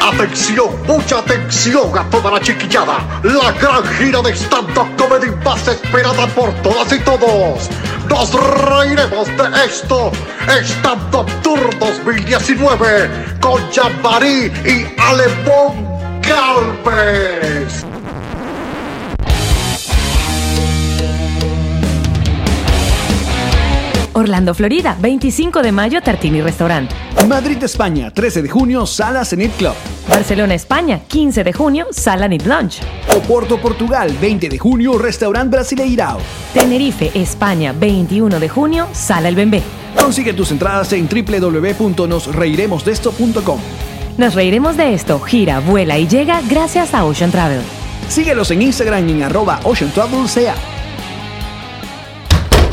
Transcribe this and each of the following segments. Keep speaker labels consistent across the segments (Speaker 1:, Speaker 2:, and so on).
Speaker 1: Atención, mucha atención a toda la chiquillada. La gran gira de stand-up comedy más esperada por todas y todos. Nos reiremos de esto. Stand-up Tour 2019 con Jean-Marie y Alemón Galvez.
Speaker 2: Orlando, Florida, 25 de mayo, Tartini Restaurant.
Speaker 3: Madrid, España, 13 de junio, Sala Zenit Club.
Speaker 2: Barcelona, España, 15 de junio, Sala Need Lunch.
Speaker 3: Oporto, Portugal, 20 de junio, Restaurant Brasileirao.
Speaker 2: Tenerife, España, 21 de junio, Sala El Bembé.
Speaker 3: Consigue tus entradas en www.nosreiremosdesto.com.
Speaker 2: Nos reiremos de esto, gira, vuela y llega gracias a Ocean Travel.
Speaker 3: Síguelos en Instagram en arroba Ocean Travel CA.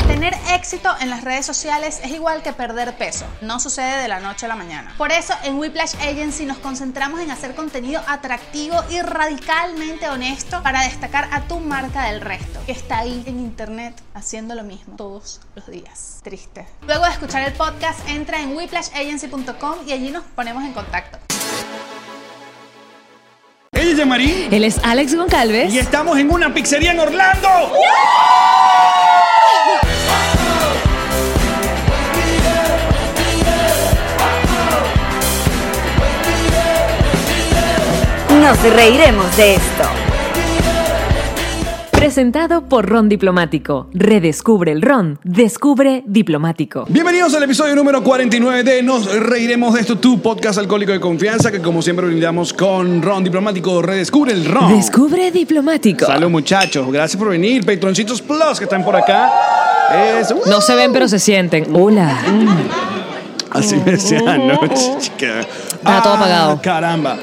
Speaker 4: Tener éxito en las redes sociales es igual que perder peso, no sucede de la noche a la mañana. Por eso en Whiplash Agency nos concentramos en hacer contenido atractivo y radicalmente honesto para destacar a tu marca del resto, que está ahí en internet haciendo lo mismo todos los días. Triste. Luego de escuchar el podcast, entra en whiplashagency.com y allí nos ponemos en contacto.
Speaker 5: Ella es Yamari
Speaker 2: Él es Alex Goncalves.
Speaker 5: y estamos en una pizzería en Orlando.
Speaker 6: Nos reiremos de esto.
Speaker 2: Presentado por Ron Diplomático. Redescubre el Ron. Descubre Diplomático.
Speaker 5: Bienvenidos al episodio número 49 de Nos Reiremos de esto, tu podcast alcohólico de confianza que como siempre brindamos con Ron Diplomático. Redescubre el Ron.
Speaker 2: Descubre Diplomático.
Speaker 5: Salud muchachos, gracias por venir. Patroncitos Plus que están por acá. uh, Eso.
Speaker 2: No se ven, pero se sienten. Hola.
Speaker 5: Así me decían anoche, chica. Ah,
Speaker 2: Está todo apagado.
Speaker 5: Caramba.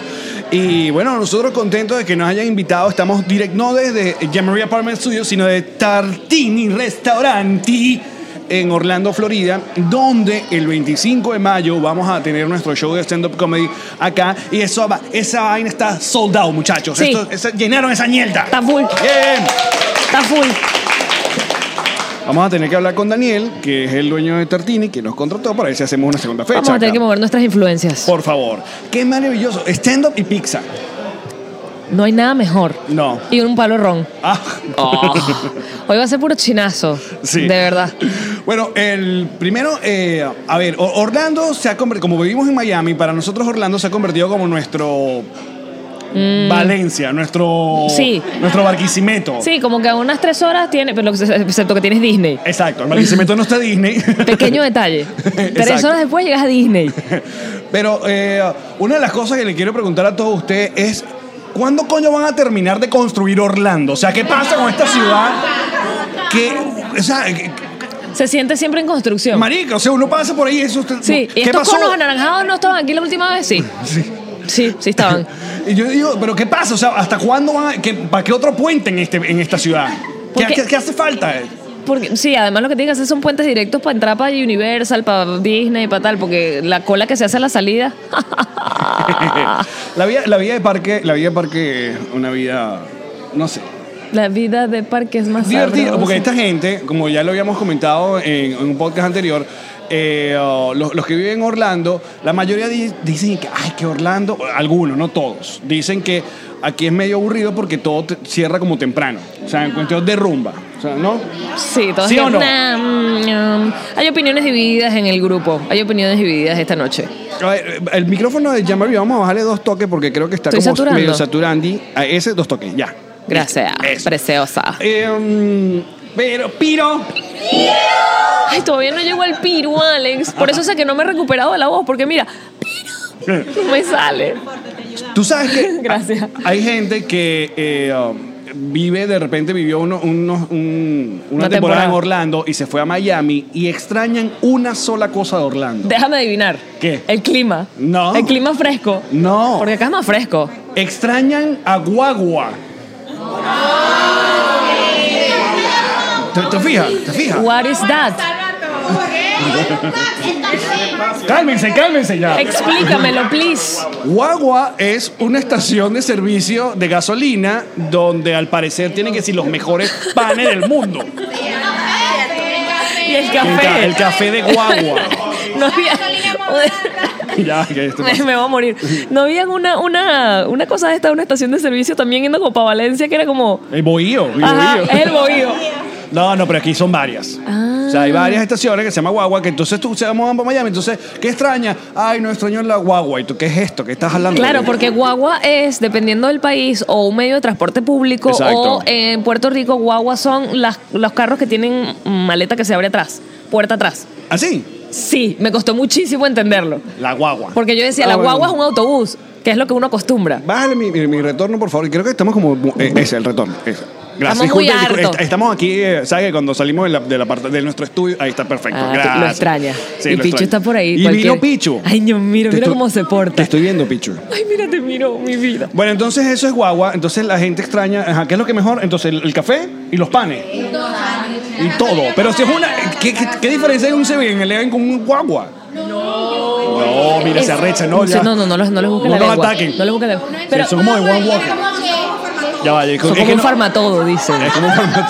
Speaker 5: Y bueno, nosotros contentos de que nos hayan invitado. Estamos directo, no desde Jamaria Apartment Studios, sino de Tartini Restauranti en Orlando, Florida, donde el 25 de mayo vamos a tener nuestro show de stand-up comedy acá. Y eso, va- esa vaina está sold out, muchachos.
Speaker 2: Sí.
Speaker 5: Esto- esa- llenaron esa mierda.
Speaker 2: Está full.
Speaker 5: Bien.
Speaker 2: Está full.
Speaker 5: Vamos a tener que hablar con Daniel, que es el dueño de Tartini, que nos contrató para ver si hacemos una segunda fecha.
Speaker 2: Vamos a tener
Speaker 5: acá.
Speaker 2: que mover nuestras influencias.
Speaker 5: Por favor. Qué maravilloso. Stand-up y pizza.
Speaker 2: No hay nada mejor.
Speaker 5: No.
Speaker 2: Y un palo ron.
Speaker 5: Ah.
Speaker 2: Hoy va a ser puro chinazo.
Speaker 5: Sí.
Speaker 2: De verdad.
Speaker 5: Bueno, el primero, eh, a ver, O- Orlando se ha convertido, como vivimos en Miami, para nosotros Orlando se ha convertido como nuestro Valencia, nuestro,
Speaker 2: Mm. Sí.
Speaker 5: nuestro Barquisimeto.
Speaker 2: Sí, como que a unas tres horas tiene, pero lo que- excepto que tienes Disney.
Speaker 5: Exacto, el Barquisimeto no está Disney.
Speaker 2: Pequeño detalle. Tres
Speaker 5: Exacto.
Speaker 2: horas después llegas a Disney.
Speaker 5: Pero eh, una de las cosas que le quiero preguntar a todos ustedes es, ¿cuándo coño van a terminar de construir Orlando? O sea, ¿qué pasa con esta ciudad? Que, o sea, que-
Speaker 2: Se siente siempre en construcción.
Speaker 5: marica, o sea, uno pasa por ahí y eso... usted-
Speaker 2: sí, y
Speaker 5: ¿qué
Speaker 2: estos
Speaker 5: pasó?
Speaker 2: conos anaranjados no estaban aquí la última vez, sí.
Speaker 5: Sí.
Speaker 2: Sí, sí estaban.
Speaker 5: Y yo digo, ¿pero qué pasa? O sea, ¿hasta cuándo van a, qué- ¿Para qué otro puente en, este, en esta ciudad? ¿Qué,
Speaker 2: Porque-
Speaker 5: qué- qué hace falta?
Speaker 2: Porque, sí, además lo que tienes que hacer son puentes directos para entrar para Universal, para Disney, para tal, porque la cola que se hace a la salida.
Speaker 5: la, vida, la vida de parque, la vida de parque es una vida, no sé,
Speaker 2: la vida de parque es más
Speaker 5: divertida.
Speaker 2: sabrosa.
Speaker 5: Porque esta gente, como ya lo habíamos comentado en, en un podcast anterior, eh, oh, los, los que viven en Orlando, la mayoría di- dicen que, ay, que Orlando, algunos, no todos, dicen que aquí es medio aburrido porque todo te- cierra como temprano. O sea, en cuestión de rumba. O sea, ¿no?
Speaker 2: Sí, todos
Speaker 5: ¿Sí o
Speaker 2: dicen,
Speaker 5: no?
Speaker 2: "Nah, mm, mm". Hay opiniones divididas en el grupo. Hay opiniones divididas esta noche.
Speaker 5: A ver, el micrófono de Jamari, vamos a bajarle dos toques porque creo que está
Speaker 2: Estoy
Speaker 5: como
Speaker 2: saturando.
Speaker 5: medio saturandi. A ese dos toques, ya.
Speaker 2: Gracias,
Speaker 5: Eso.
Speaker 2: preciosa.
Speaker 5: Em, pero, Piro,
Speaker 2: Ay, todavía no llegó el piru, Alex. Por eso sé que no me he recuperado de la voz, porque mira, piru, no me sale.
Speaker 5: tú sabes que
Speaker 2: Gracias.
Speaker 5: hay gente que eh, um, vive, de repente vivió uno- uno- un- una,
Speaker 2: Una
Speaker 5: temporada, en
Speaker 2: temporada.
Speaker 5: Orlando y se fue a Miami y extrañan una sola cosa de Orlando.
Speaker 2: Déjame adivinar.
Speaker 5: ¿Qué?
Speaker 2: El clima.
Speaker 5: No.
Speaker 2: El clima fresco.
Speaker 5: No.
Speaker 2: Porque acá es más fresco.
Speaker 5: Extrañan a Guagua. ¿Te, te fijas? ¿Te fijas?
Speaker 2: What is that?
Speaker 5: Cálmense, cálmense ya.
Speaker 2: Explícamelo, please.
Speaker 5: Guagua es una estación de servicio de gasolina donde al parecer tienen que ser los mejores panes del mundo.
Speaker 2: Y el
Speaker 5: El, ca-
Speaker 2: café.
Speaker 5: el café de Guagua.
Speaker 2: No había-
Speaker 5: ya, que esto
Speaker 2: me,
Speaker 5: pasa.
Speaker 2: me voy a morir. No había una, una, una cosa de esta, una estación de servicio también yendo como para Valencia que era como.
Speaker 5: El bohío. el
Speaker 2: Ajá,
Speaker 5: bohío.
Speaker 2: es el bohío.
Speaker 5: No, no, pero aquí son varias. O sea, hay
Speaker 2: Ah.
Speaker 5: varias estaciones que se llama guagua, que entonces tú se vamos a Miami, entonces, ¿qué extraña? Ay, no extraño la guagua. ¿Y tú qué es esto? ¿Qué estás hablando?
Speaker 2: Claro, porque guagua es, dependiendo del país, o un medio de transporte público,
Speaker 5: Exacto.
Speaker 2: o en Puerto Rico, guagua son las, los carros que tienen maleta que se abre atrás, puerta atrás.
Speaker 5: Así,
Speaker 2: Sí, me costó muchísimo entenderlo.
Speaker 5: la guagua.
Speaker 2: Porque yo decía,
Speaker 5: Ah,
Speaker 2: la
Speaker 5: bueno.
Speaker 2: guagua es un autobús, que es lo que uno acostumbra.
Speaker 5: Bájale mi, mi- mi retorno, por favor. Creo que estamos como. eh, ese, el retorno. ese. Gracias.
Speaker 2: Estamos muy
Speaker 5: Disculpen, disculpen.
Speaker 2: hartos.
Speaker 5: Est- Estamos aquí, eh, ¿sabes? Cuando salimos de, la, de, la parte, de nuestro estudio, ahí está perfecto.
Speaker 2: Ah, tú-
Speaker 5: Gracias.
Speaker 2: lo extraña.
Speaker 5: Sí,
Speaker 2: y
Speaker 5: lo
Speaker 2: Pichu
Speaker 5: extraño.
Speaker 2: está por ahí.
Speaker 5: Y
Speaker 2: cualquier-
Speaker 5: vino Pichu.
Speaker 2: Ay, Dios, mira,
Speaker 5: Te
Speaker 2: mira
Speaker 5: estoy-
Speaker 2: cómo se
Speaker 5: Te
Speaker 2: porta.
Speaker 5: estoy viendo, Pichu.
Speaker 2: Ay, mira, te miro, mi vida.
Speaker 5: Bueno, entonces eso es guagua. Entonces la gente extraña, ajá, ¿qué es lo que mejor? Entonces el, el café y los panes. Y todo. Pero si es una. ¿Qué, qué- qué diferencia hay un Seven en Eleven con un guagua? No. No, mira, se arrecha, no,
Speaker 2: Sí,
Speaker 5: ya.
Speaker 2: no, no, no, los- no les busquen
Speaker 5: No
Speaker 2: la
Speaker 5: los
Speaker 2: lengua.
Speaker 5: ataquen.
Speaker 2: No les busquen la lengua.
Speaker 5: Sí,
Speaker 2: Pero
Speaker 5: son como de One Walker. Ya vaya, es
Speaker 2: son
Speaker 5: que
Speaker 2: como un
Speaker 5: no-
Speaker 2: farmatodo, dicen.
Speaker 5: Es como un farmatodo.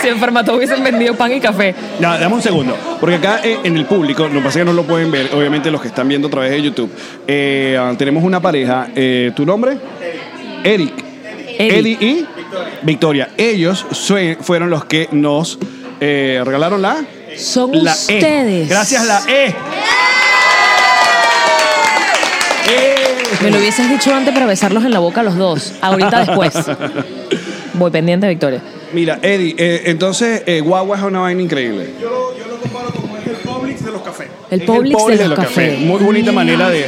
Speaker 2: si en farmatodo hubiesen vendido pan y café.
Speaker 5: Ya, dame un segundo. Porque acá eh, en el público, lo que pasa es que no lo pueden ver, obviamente los que están viendo a través de YouTube. Eh, ah, tenemos una pareja. eh, ¿Tu nombre? Eric.
Speaker 2: Eric.
Speaker 5: Eddie y Victoria. Ellos sue- fueron los que nos eh, regalaron la.
Speaker 2: Son
Speaker 5: la E.
Speaker 2: ustedes.
Speaker 5: Gracias, la E.
Speaker 2: Me
Speaker 5: Eh,
Speaker 2: lo hubieses dicho antes para besarlos en la boca a los dos. Ahorita después. Voy pendiente, Victoria.
Speaker 5: Mira, Eddie, eh, entonces eh, Guagua es una vaina increíble.
Speaker 2: El
Speaker 5: Es
Speaker 2: Publix
Speaker 5: Publix
Speaker 2: de los cafés.
Speaker 5: Muy bonita manera de.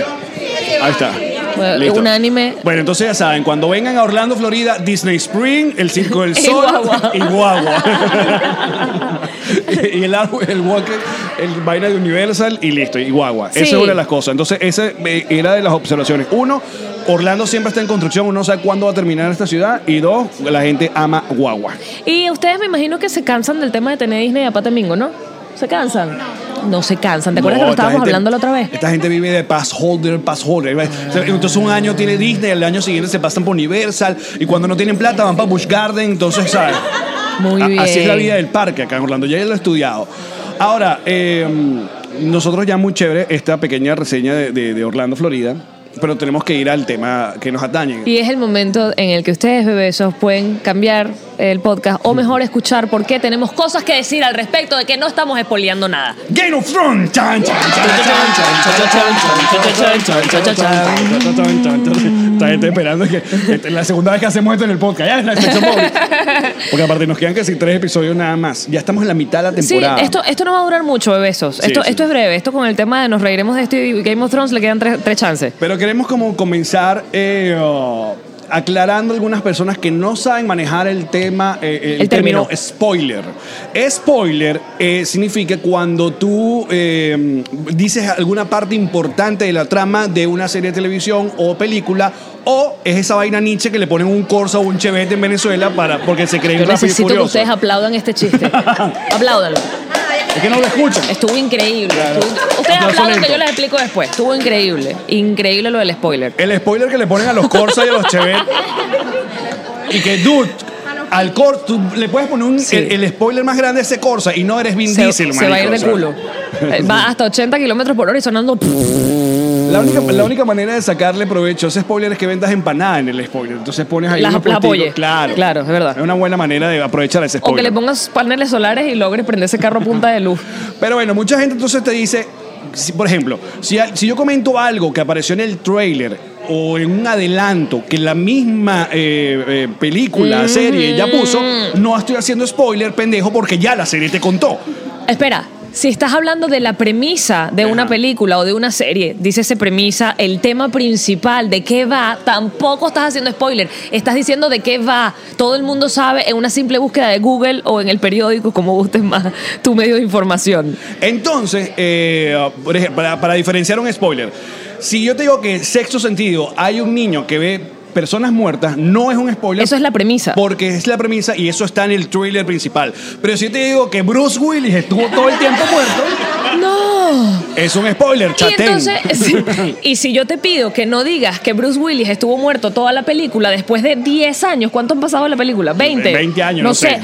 Speaker 5: Ahí está.
Speaker 2: Bueno,
Speaker 5: Listo.
Speaker 2: un anime.
Speaker 5: Bueno, entonces ya saben, cuando vengan a Orlando, Florida, Disney Spring, el Circo del
Speaker 2: Y
Speaker 5: Sol
Speaker 2: guagua.
Speaker 5: y Guagua. y el árbol, el Walker, el vaina de Universal y listo, y Guagua.
Speaker 2: Sí.
Speaker 5: Esa es una de las cosas. Entonces, esa eh, era de las observaciones. Uno, Orlando siempre está en construcción, uno no sabe cuándo va a terminar esta ciudad. Y dos, la gente ama Guagua.
Speaker 2: Y ustedes me imagino que se cansan del tema de tener Disney y Apata Mingo, ¿no? ¿Se cansan? No se cansan. ¿Te acuerdas
Speaker 5: No,
Speaker 2: que lo
Speaker 5: esta
Speaker 2: estábamos
Speaker 5: gente-
Speaker 2: hablando la otra vez?
Speaker 5: Esta gente vive de pass holder, pass holder. O sea, Entonces un año tiene Disney, el año siguiente se pasan por Universal y cuando no tienen plata van para Busch Garden, entonces, ¿sabes?
Speaker 2: Muy
Speaker 5: A-
Speaker 2: bien.
Speaker 5: Así es la vida del parque acá en Orlando, ya lo he estudiado. Ahora, eh, nosotros ya muy chévere esta pequeña reseña de, de- de Orlando, Florida, pero tenemos que ir al tema que nos atañe.
Speaker 2: Y es el momento en el que ustedes, bebesos, pueden cambiar el podcast o mejor escuchar porque tenemos cosas que decir al respecto de que no estamos espoleando nada.
Speaker 5: Game of Thrones. Chan, chan, chan, chan, chan, chan, chan, chan, chan, chan, chan. Esta gente esperando que esta es la segunda vez que hacemos esto en el podcast. Ya es la sección móvil. Porque aparte nos quedan casi tres episodios nada más. Ya estamos en la mitad de la temporada.
Speaker 2: Sí, esto, esto no va a durar mucho, bebesos.
Speaker 5: Sí,
Speaker 2: esto,
Speaker 5: sí.
Speaker 2: esto es breve. Esto con el tema de nos reiremos de esto y Game of Thrones le quedan tres, tres chances.
Speaker 5: Pero queremos como comenzar eh, oh, aclarando algunas personas que no saben manejar el tema, eh, el,
Speaker 2: El
Speaker 5: término.
Speaker 2: término.
Speaker 5: spoiler. Spoiler eh, significa cuando tú eh, dices alguna parte importante de la trama de una serie de televisión o película. O es esa vaina Nietzsche que le ponen un corso o un chevette en Venezuela para, porque se creen
Speaker 2: Yo
Speaker 5: rápido y
Speaker 2: necesito que
Speaker 5: furioso.
Speaker 2: ustedes aplaudan este chiste. Apláudanlo.
Speaker 5: Es que no lo escuchan.
Speaker 2: Estuvo increíble.
Speaker 5: Claro.
Speaker 2: Estuvo- Ustedes
Speaker 5: Aplauso
Speaker 2: aplaudan que
Speaker 5: lento.
Speaker 2: yo les explico después. Estuvo increíble. Increíble lo del spoiler.
Speaker 5: El spoiler que le ponen a los Corsa y a los Chevette. y que, dude, al Corsa, tú le puedes poner un-
Speaker 2: Sí.
Speaker 5: el, el spoiler más grande a ese Corsa y no eres Vin
Speaker 2: Se,
Speaker 5: Diesel,
Speaker 2: se va a
Speaker 5: marico,
Speaker 2: ir de
Speaker 5: o sea.
Speaker 2: culo. Eh, Va hasta 80 kilómetros por hora y sonando.
Speaker 5: La única, la única manera de sacarle provecho a ese spoiler es que vendas empanada en el spoiler. Entonces pones ahí
Speaker 2: Las-
Speaker 5: unos
Speaker 2: las
Speaker 5: puntitos.
Speaker 2: apoyes.
Speaker 5: Claro.
Speaker 2: Claro, es verdad.
Speaker 5: Es una buena manera de aprovechar ese
Speaker 2: O que
Speaker 5: spoiler.
Speaker 2: le pongas paneles solares y logres prender ese carro a punta de luz.
Speaker 5: Pero bueno, mucha gente entonces te dice, si- por ejemplo, si, al- si yo comento algo que apareció en el trailer o en un adelanto que la misma eh, eh, película,
Speaker 2: Mm.
Speaker 5: serie ya puso, no estoy haciendo spoiler, pendejo, porque ya la serie te contó.
Speaker 2: Espera, si estás hablando de la premisa de una película o de una serie, dice esa premisa, el tema principal, de qué va, tampoco estás haciendo spoiler, estás diciendo de qué va. Todo el mundo sabe en una simple búsqueda de Google o en el periódico, como gustes más, tu medio de información.
Speaker 5: Entonces, eh, por ejemplo, para, para diferenciar un spoiler, si yo te digo que en sexto sentido hay un niño que ve personas muertas, no es un spoiler.
Speaker 2: Eso es la premisa.
Speaker 5: Porque es la premisa y eso está en el thriller principal. Pero si yo te digo que Bruce Willis estuvo todo el tiempo muerto,
Speaker 2: ¡No!
Speaker 5: es un spoiler,
Speaker 2: Y
Speaker 5: chatén.
Speaker 2: entonces, sí, y si yo te pido que no digas que Bruce Willis estuvo muerto toda la película después de 10 años, ¿cuánto han pasado de la película? 20.
Speaker 5: 20 años, no sé.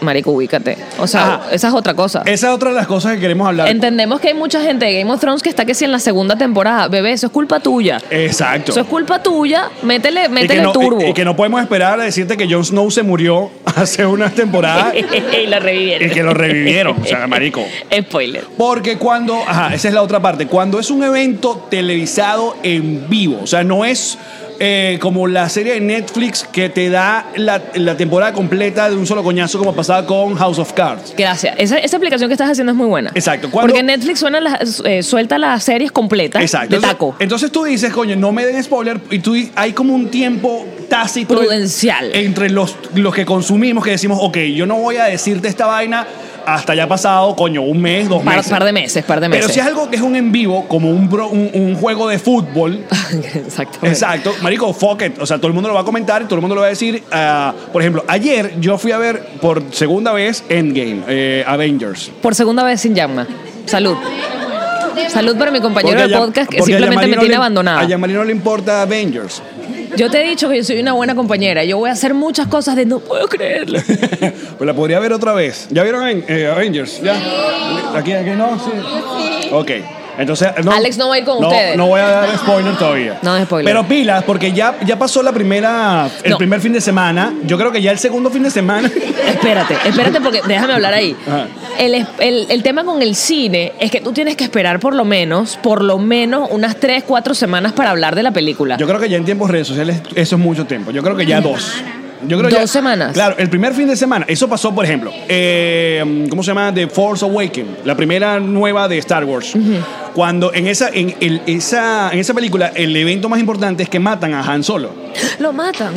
Speaker 2: Marico, ubícate. O sea,
Speaker 5: Ah.
Speaker 2: esa es otra cosa.
Speaker 5: Esa es otra de las cosas que queremos hablar.
Speaker 2: Entendemos que hay mucha gente de Game of Thrones que está que si en la segunda temporada, bebé, eso es culpa tuya.
Speaker 5: Exacto.
Speaker 2: Eso es culpa tuya, métele,
Speaker 5: Y que,
Speaker 2: métele
Speaker 5: no,
Speaker 2: turbo.
Speaker 5: y- y que no podemos esperar a decirte que Jon Snow se murió hace unas temporadas
Speaker 2: y la revivieron.
Speaker 5: y que lo revivieron. O sea, marico.
Speaker 2: Spoiler.
Speaker 5: Porque cuando, ajá, esa es la otra parte, cuando es un evento televisado en vivo, o sea, no es eh, como la serie de Netflix que te da la, la temporada completa de un solo coñazo como pasaba con House of Cards.
Speaker 2: Gracias. Esa, esa aplicación que estás haciendo es muy buena.
Speaker 5: Exacto. Cuando-
Speaker 2: Porque Netflix suena las- eh, suelta las series completas
Speaker 5: Exacto.
Speaker 2: de
Speaker 5: Entonces-
Speaker 2: taco.
Speaker 5: Entonces tú dices, coño, no me den spoiler y tú di- hay como un tiempo tácito
Speaker 2: Prudencial.
Speaker 5: entre los, los que consumimos que decimos, ok, yo no voy a decirte esta vaina hasta ya ha pasado, coño, un mes, dos
Speaker 2: Par,
Speaker 5: meses.
Speaker 2: par de meses, par de meses.
Speaker 5: Pero si es algo que es un en vivo, como un, bro- un- un juego de fútbol,
Speaker 2: Exacto.
Speaker 5: Exacto, marico, fuck it. O sea, todo el mundo lo va a comentar y todo el mundo lo va a decir. Ah, por ejemplo, ayer yo fui a ver por segunda vez Endgame, eh, Avengers.
Speaker 2: Por segunda vez sin llama. Salud. Salud para mi compañero
Speaker 5: Porque a
Speaker 2: de
Speaker 5: Jan-
Speaker 2: podcast que
Speaker 5: porque a
Speaker 2: simplemente
Speaker 5: Yamari
Speaker 2: me
Speaker 5: no
Speaker 2: tiene
Speaker 5: le- A
Speaker 2: abandonada.
Speaker 5: Yamari no le importa Avengers.
Speaker 2: Yo te he dicho que yo soy una buena compañera. Yo voy a hacer muchas cosas de no puedo creerlo.
Speaker 5: pues la podría ver otra vez. ¿Ya vieron Aven- eh, Avengers? ¿Ya? ¿Aquí, aquí no? Sí. Ok. Entonces, no,
Speaker 2: Alex no va a ir con
Speaker 5: no,
Speaker 2: ustedes.
Speaker 5: No voy a dar spoiler todavía.
Speaker 2: No, no spoiler.
Speaker 5: Pero pilas, porque ya, ya pasó la primera, el
Speaker 2: No.
Speaker 5: primer fin de semana. Yo creo que ya el segundo fin de semana.
Speaker 2: Espérate, espérate porque déjame hablar ahí.
Speaker 5: Ajá.
Speaker 2: El, es- el- el tema con el cine es que tú tienes que esperar por lo menos, por lo menos unas 3, 4 semanas para hablar de la película.
Speaker 5: Yo creo que ya en tiempos redes sociales eso es mucho tiempo. Yo creo que ya dos. Yo creo
Speaker 2: Dos
Speaker 5: ya-
Speaker 2: semanas.
Speaker 5: Claro, el primer fin de semana. Eso pasó, por ejemplo, eh, ¿cómo se llama? The Force Awakens, la primera nueva de Star Wars. Cuando en esa, en, el- esa, en esa película el evento más importante es que matan a Han Solo.
Speaker 2: Lo matan.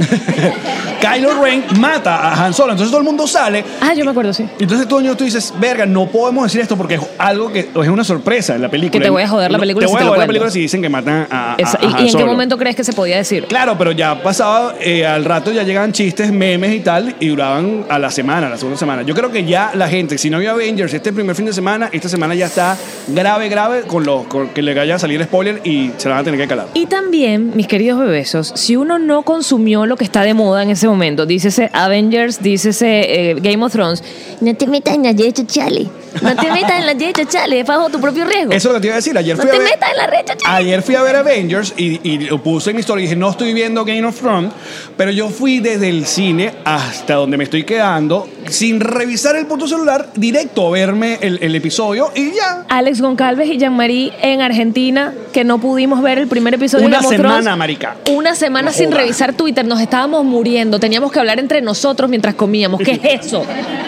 Speaker 5: Kylo Ren mata a Han Solo. Entonces todo el mundo sale.
Speaker 2: Ah, yo me acuerdo, sí.
Speaker 5: Entonces todo el mundo tú dices, verga, no podemos decir esto porque es algo que es una sorpresa en la película.
Speaker 2: Que te voy a joder la
Speaker 5: No,
Speaker 2: película
Speaker 5: Te
Speaker 2: si
Speaker 5: voy
Speaker 2: te
Speaker 5: a
Speaker 2: lo
Speaker 5: joder la
Speaker 2: cuento.
Speaker 5: película si dicen que matan a, a-
Speaker 2: Esa-
Speaker 5: a Han
Speaker 2: ¿Y, y en qué
Speaker 5: Ah, Solo.
Speaker 2: momento crees que se podía decir?
Speaker 5: Claro, pero ya pasaba, eh, al rato ya llegaban chistes, memes y tal, y duraban a la semana, a la segunda semana. Yo creo que ya la gente, si no vio Avengers este primer fin de semana, esta semana ya está grave, grave con los con que le vaya a salir spoiler y se la van a tener que calar.
Speaker 2: Y también, mis queridos bebesos, si uno no consumió lo que está de moda en ese momento, dícese Avengers, dícese eh, Game of Thrones,
Speaker 7: No te metas en la red chale. No te metas en la red chale. Es bajo tu propio riesgo.
Speaker 5: Eso es lo que te iba a decir. Ayer
Speaker 7: No
Speaker 5: fui
Speaker 7: te
Speaker 5: a ver.
Speaker 7: metas en la red chale.
Speaker 5: Ayer fui a ver Avengers y, y lo puse en mi historia y dije, no estoy viendo Game of Thrones, pero yo fui desde el cine hasta donde me estoy quedando, sin revisar el punto celular, directo a verme el, el episodio y ya.
Speaker 2: Alex Goncalves y Jean-Marie en Argentina, que no pudimos ver el primer episodio
Speaker 5: Una
Speaker 2: de Game of Thrones.
Speaker 5: semana, marica.
Speaker 2: Una semana
Speaker 5: No
Speaker 2: sin
Speaker 5: joda.
Speaker 2: revisar Twitter, nos estábamos muriendo, teníamos que hablar entre nosotros mientras comíamos. ¿Qué es eso?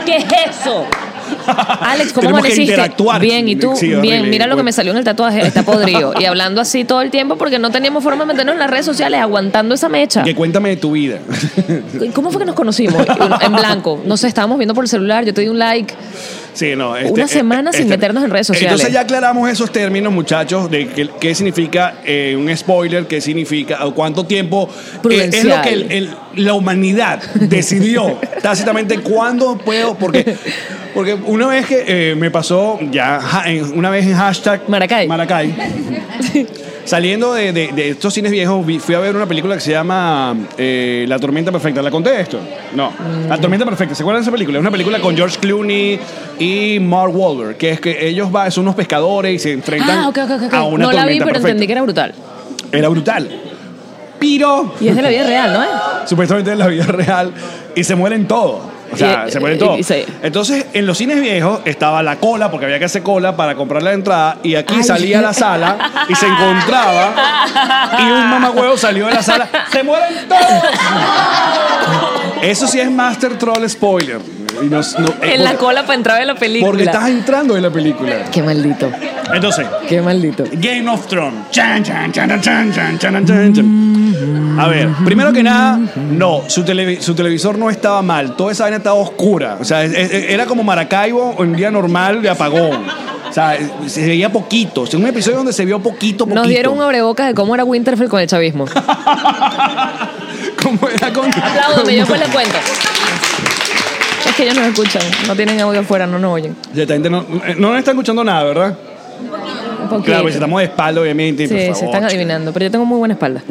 Speaker 2: ¿Qué es eso? Alex, ¿cómo
Speaker 5: Tenemos que
Speaker 2: amaneciste?
Speaker 5: interactuar.
Speaker 2: Bien, ¿y tú?
Speaker 5: Sí,
Speaker 2: Bien,
Speaker 5: horrible.
Speaker 2: mira lo que
Speaker 5: Bueno.
Speaker 2: me salió en el tatuaje, está podrido. Y hablando así todo el tiempo porque no teníamos forma de meternos en las redes sociales, aguantando esa mecha.
Speaker 5: Que cuéntame de tu vida.
Speaker 2: ¿Cómo fue que nos conocimos? En blanco. No sé, estábamos viendo por el celular, yo te di un like.
Speaker 5: Sí, no, este-
Speaker 2: Una semana sin meternos en redes sociales.
Speaker 5: Entonces ya aclaramos esos términos, muchachos, de qué, qué significa eh, un spoiler, qué significa, o cuánto tiempo eh, es lo
Speaker 2: Prudencial.
Speaker 5: que el- el- la humanidad decidió tácitamente cuándo puedo, porque porque una vez que eh, me pasó ya ja- en- una vez en hashtag
Speaker 2: Maracay.
Speaker 5: Maracay. Saliendo de, de- de estos cines viejos, vi- fui a ver una película que se llama eh, La Tormenta Perfecta. ¿La conté esto? No.
Speaker 2: Mm.
Speaker 5: La Tormenta Perfecta. ¿Se acuerdan de esa película? Es una película con George Clooney y Mark Wahlberg, que es que ellos va, son unos pescadores y se enfrentan
Speaker 2: Ah, ok, ok, ok.
Speaker 5: a una
Speaker 2: No la vi, pero
Speaker 5: tormenta perfecta.
Speaker 2: entendí que era brutal.
Speaker 5: Era brutal. Piro,
Speaker 2: Y es de la vida real,
Speaker 5: Eh,
Speaker 2: ¿no es?
Speaker 5: supuestamente en la vida real, y se mueren todos. O sea,
Speaker 2: Y-
Speaker 5: se mueren
Speaker 2: y-
Speaker 5: todos.
Speaker 2: y- sí.
Speaker 5: Entonces, en los cines viejos estaba la cola, porque había que hacer cola para comprar la entrada, y aquí
Speaker 2: Ay.
Speaker 5: salía a la sala y se encontraba y un mamagüevo salió de la sala. ¡Se mueren todos! Eso sí es Master Troll Spoiler. Y nos- no- eh,
Speaker 2: En la
Speaker 5: porque-
Speaker 2: cola para entrar en la película.
Speaker 5: Porque estás entrando en la película.
Speaker 2: Qué maldito.
Speaker 5: Entonces,
Speaker 2: Qué maldito.
Speaker 5: Game of Thrones. Chan, chan, chan, chan, chan, chan, chan, chan, chan. A ver, primero que nada, no, su, televi- su televisor no estaba mal. Toda esa vaina estaba oscura. O sea, es- es- era como Maracaibo un día normal de apagón. O sea, se veía poquito. O sea, un episodio donde se vio poquito, poquito.
Speaker 2: Nos dieron un abrebocas de cómo era Winterfell con el chavismo.
Speaker 5: ¿Cómo era con...?
Speaker 2: Apláudame, yo después les cuento. Es que ellos no escuchan, no tienen audio afuera, no nos oyen.
Speaker 5: Esta gente no, eh, no nos está escuchando nada, ¿verdad?
Speaker 2: Un poquito.
Speaker 5: Claro, pues estamos de espalda, obviamente.
Speaker 2: sí,
Speaker 5: por favor,
Speaker 2: se están
Speaker 5: chica.
Speaker 2: adivinando, pero yo tengo muy buena espalda.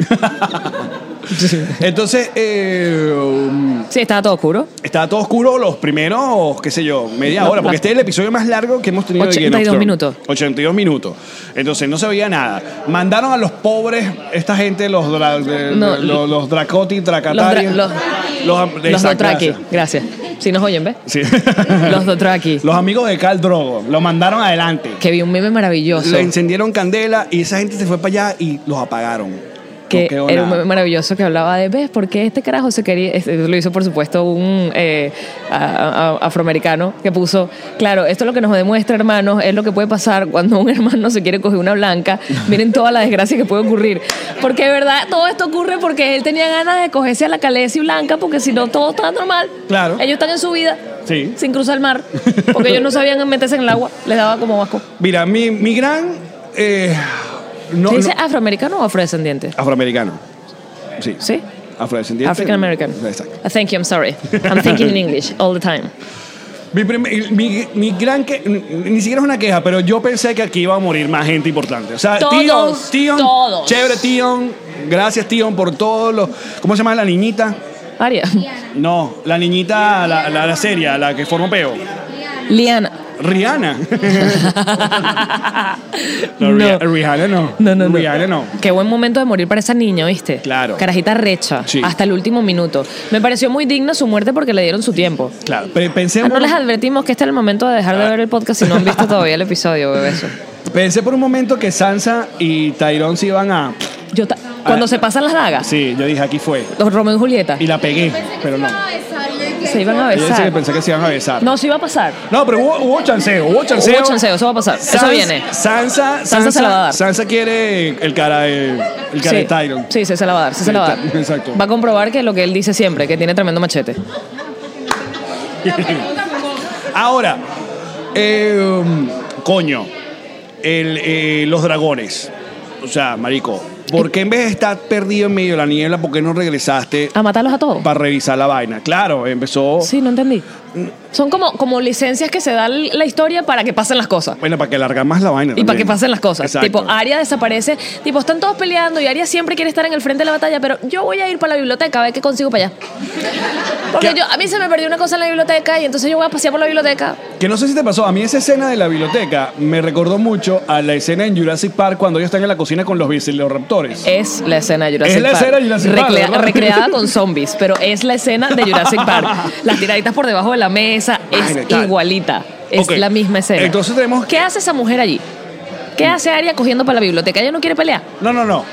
Speaker 5: Entonces, eh, um,
Speaker 2: Sí, estaba todo oscuro.
Speaker 5: estaba todo oscuro los primeros, qué sé yo, media
Speaker 2: No,
Speaker 5: hora, porque
Speaker 2: la-
Speaker 5: este es el episodio más largo que hemos tenido. de Game of
Speaker 2: 82
Speaker 5: Thrones.
Speaker 2: minutos.
Speaker 5: 82 minutos. Entonces, no se veía nada. Mandaron a los pobres, esta gente, los, dra- de-
Speaker 2: No,
Speaker 5: de- los, los Dracoti,
Speaker 2: Los,
Speaker 5: Dracatari.
Speaker 2: dra- los, los
Speaker 5: esa
Speaker 2: Dothraki,
Speaker 5: clase.
Speaker 2: gracias. Si nos oyen, ¿ves?
Speaker 5: Sí.
Speaker 2: Los Dothraki.
Speaker 5: Los amigos de Cal Drogo. Los mandaron adelante.
Speaker 2: Que vi un meme maravilloso.
Speaker 5: Le encendieron candela y esa gente se fue para allá y los apagaron.
Speaker 2: que
Speaker 5: No quedó
Speaker 2: era un
Speaker 5: nada.
Speaker 2: meme maravilloso que hablaba de, ¿ves? ¿Por qué este carajo se quería? este, lo hizo, por supuesto, un eh, a- a- afroamericano que puso, claro, esto es lo que nos demuestra, hermanos, es lo que puede pasar cuando un hermano se quiere coger una blanca. Miren toda la desgracia que puede ocurrir. Porque de verdad, todo esto ocurre porque él tenía ganas de cogerse a la calesi blanca, porque si no, todo está normal.
Speaker 5: Claro.
Speaker 2: Ellos están en su vida.
Speaker 5: Sí.
Speaker 2: Sin cruzar el mar, porque ellos no sabían meterse en el agua, les daba como vasco.
Speaker 5: Mira, mi, mi gran. eh, no,
Speaker 2: ¿Se dice
Speaker 5: no- Ah.
Speaker 2: afroamericano o afrodescendiente?
Speaker 5: afroamericano. Sí.
Speaker 2: ¿Sí?
Speaker 5: Afrodescendiente.
Speaker 2: African American.
Speaker 5: Exacto.
Speaker 2: Uh, Thank you, I'm sorry. I'm thinking in English all the time.
Speaker 5: Mi, prim- mi- mi gran que ni ni siquiera es una queja, pero yo pensé que aquí iba a morir más gente importante. O sea,
Speaker 2: Todos,
Speaker 5: Tion, Tion,
Speaker 2: todos.
Speaker 5: chévere Tion, gracias Tion por todo lo ¿Cómo se llama la niñita?
Speaker 2: Aria.
Speaker 5: No, la niñita, la, la, la seria, la que formó peo.
Speaker 2: Liana.
Speaker 5: Rihanna. No,
Speaker 2: no.
Speaker 5: Rih- Rihanna no.
Speaker 2: No, no, no.
Speaker 5: Rihanna no.
Speaker 2: Qué buen momento de morir para esa niña, ¿viste?
Speaker 5: Claro.
Speaker 2: Carajita recha.
Speaker 5: Sí.
Speaker 2: Hasta el último minuto. Me pareció muy digna su muerte porque le dieron su tiempo.
Speaker 5: Claro, pe-
Speaker 2: Ah,
Speaker 5: pensemos.
Speaker 2: no les advertimos que este es el momento de
Speaker 5: Ah.
Speaker 2: dejar de ver el podcast si no han visto todavía el episodio, bebé. eso.
Speaker 5: Pensé por un momento que Sansa y Tyrone se iban a.
Speaker 2: Yo ta- Cuando
Speaker 5: Ah.
Speaker 2: se pasan las dagas,
Speaker 5: Sí, yo dije, aquí fue.
Speaker 2: los Romeo y Julieta,
Speaker 5: Y la pegué, pero no.
Speaker 2: se iban a
Speaker 5: Yo sí que
Speaker 2: besar.
Speaker 5: pensé que se iban a besar.
Speaker 2: No, se iba a pasar.
Speaker 5: No, pero hubo, hubo chanceo, hubo chanceo.
Speaker 2: Hubo chanceo, eso va a pasar. Eso
Speaker 5: Sans-
Speaker 2: viene.
Speaker 5: Sansa, Sansa,
Speaker 2: se la va a dar.
Speaker 5: Sansa quiere el cara de, el cara de
Speaker 2: Sí,
Speaker 5: Tyron.
Speaker 2: sí, sí, se la va a dar, sí, se la va a dar.
Speaker 5: Exacto.
Speaker 2: Va a comprobar que lo que él dice siempre, que tiene tremendo machete.
Speaker 5: Ahora, eh, um, coño, el, eh, los dragones. O sea, marico, ¿por qué en vez de estar perdido en medio de la niebla, por qué no regresaste
Speaker 2: ¿A matarlos a todos?
Speaker 5: para revisar la vaina? Claro, empezó.
Speaker 2: Ah. Sí, no entendí. Son como, como licencias que se da la historia para que pasen las cosas.
Speaker 5: Bueno, para que alargar más la vaina.
Speaker 2: Y para
Speaker 5: también.
Speaker 2: que pasen las cosas.
Speaker 5: Exacto.
Speaker 2: Tipo, Aria desaparece. Tipo, están todos peleando y Aria siempre quiere estar en el frente de la batalla, pero yo voy a ir para la biblioteca a ver qué consigo para allá. Porque
Speaker 5: ¿Qué?
Speaker 2: yo, a mí se me perdió una cosa en la biblioteca y entonces yo voy a pasear por la biblioteca.
Speaker 5: Que no sé si te pasó, a mí esa escena de la biblioteca me recordó mucho a la escena en Jurassic Park cuando ellos están en la cocina con los velociraptores.
Speaker 2: Es la escena de Jurassic
Speaker 5: Es la
Speaker 2: Park.
Speaker 5: escena de Jurassic Park,
Speaker 2: Recrea-
Speaker 5: ¿verdad?
Speaker 2: Recreada con zombies, pero es la escena de Jurassic Park. Las tiraditas por debajo de la mesa es
Speaker 5: Vaina y tal.
Speaker 2: igualita. Es
Speaker 5: Ok.
Speaker 2: la misma escena.
Speaker 5: Entonces tenemos-
Speaker 2: ¿Qué hace esa mujer allí? ¿Qué hace Aria cogiendo para la biblioteca? Ella no quiere pelear.
Speaker 5: No, no, no.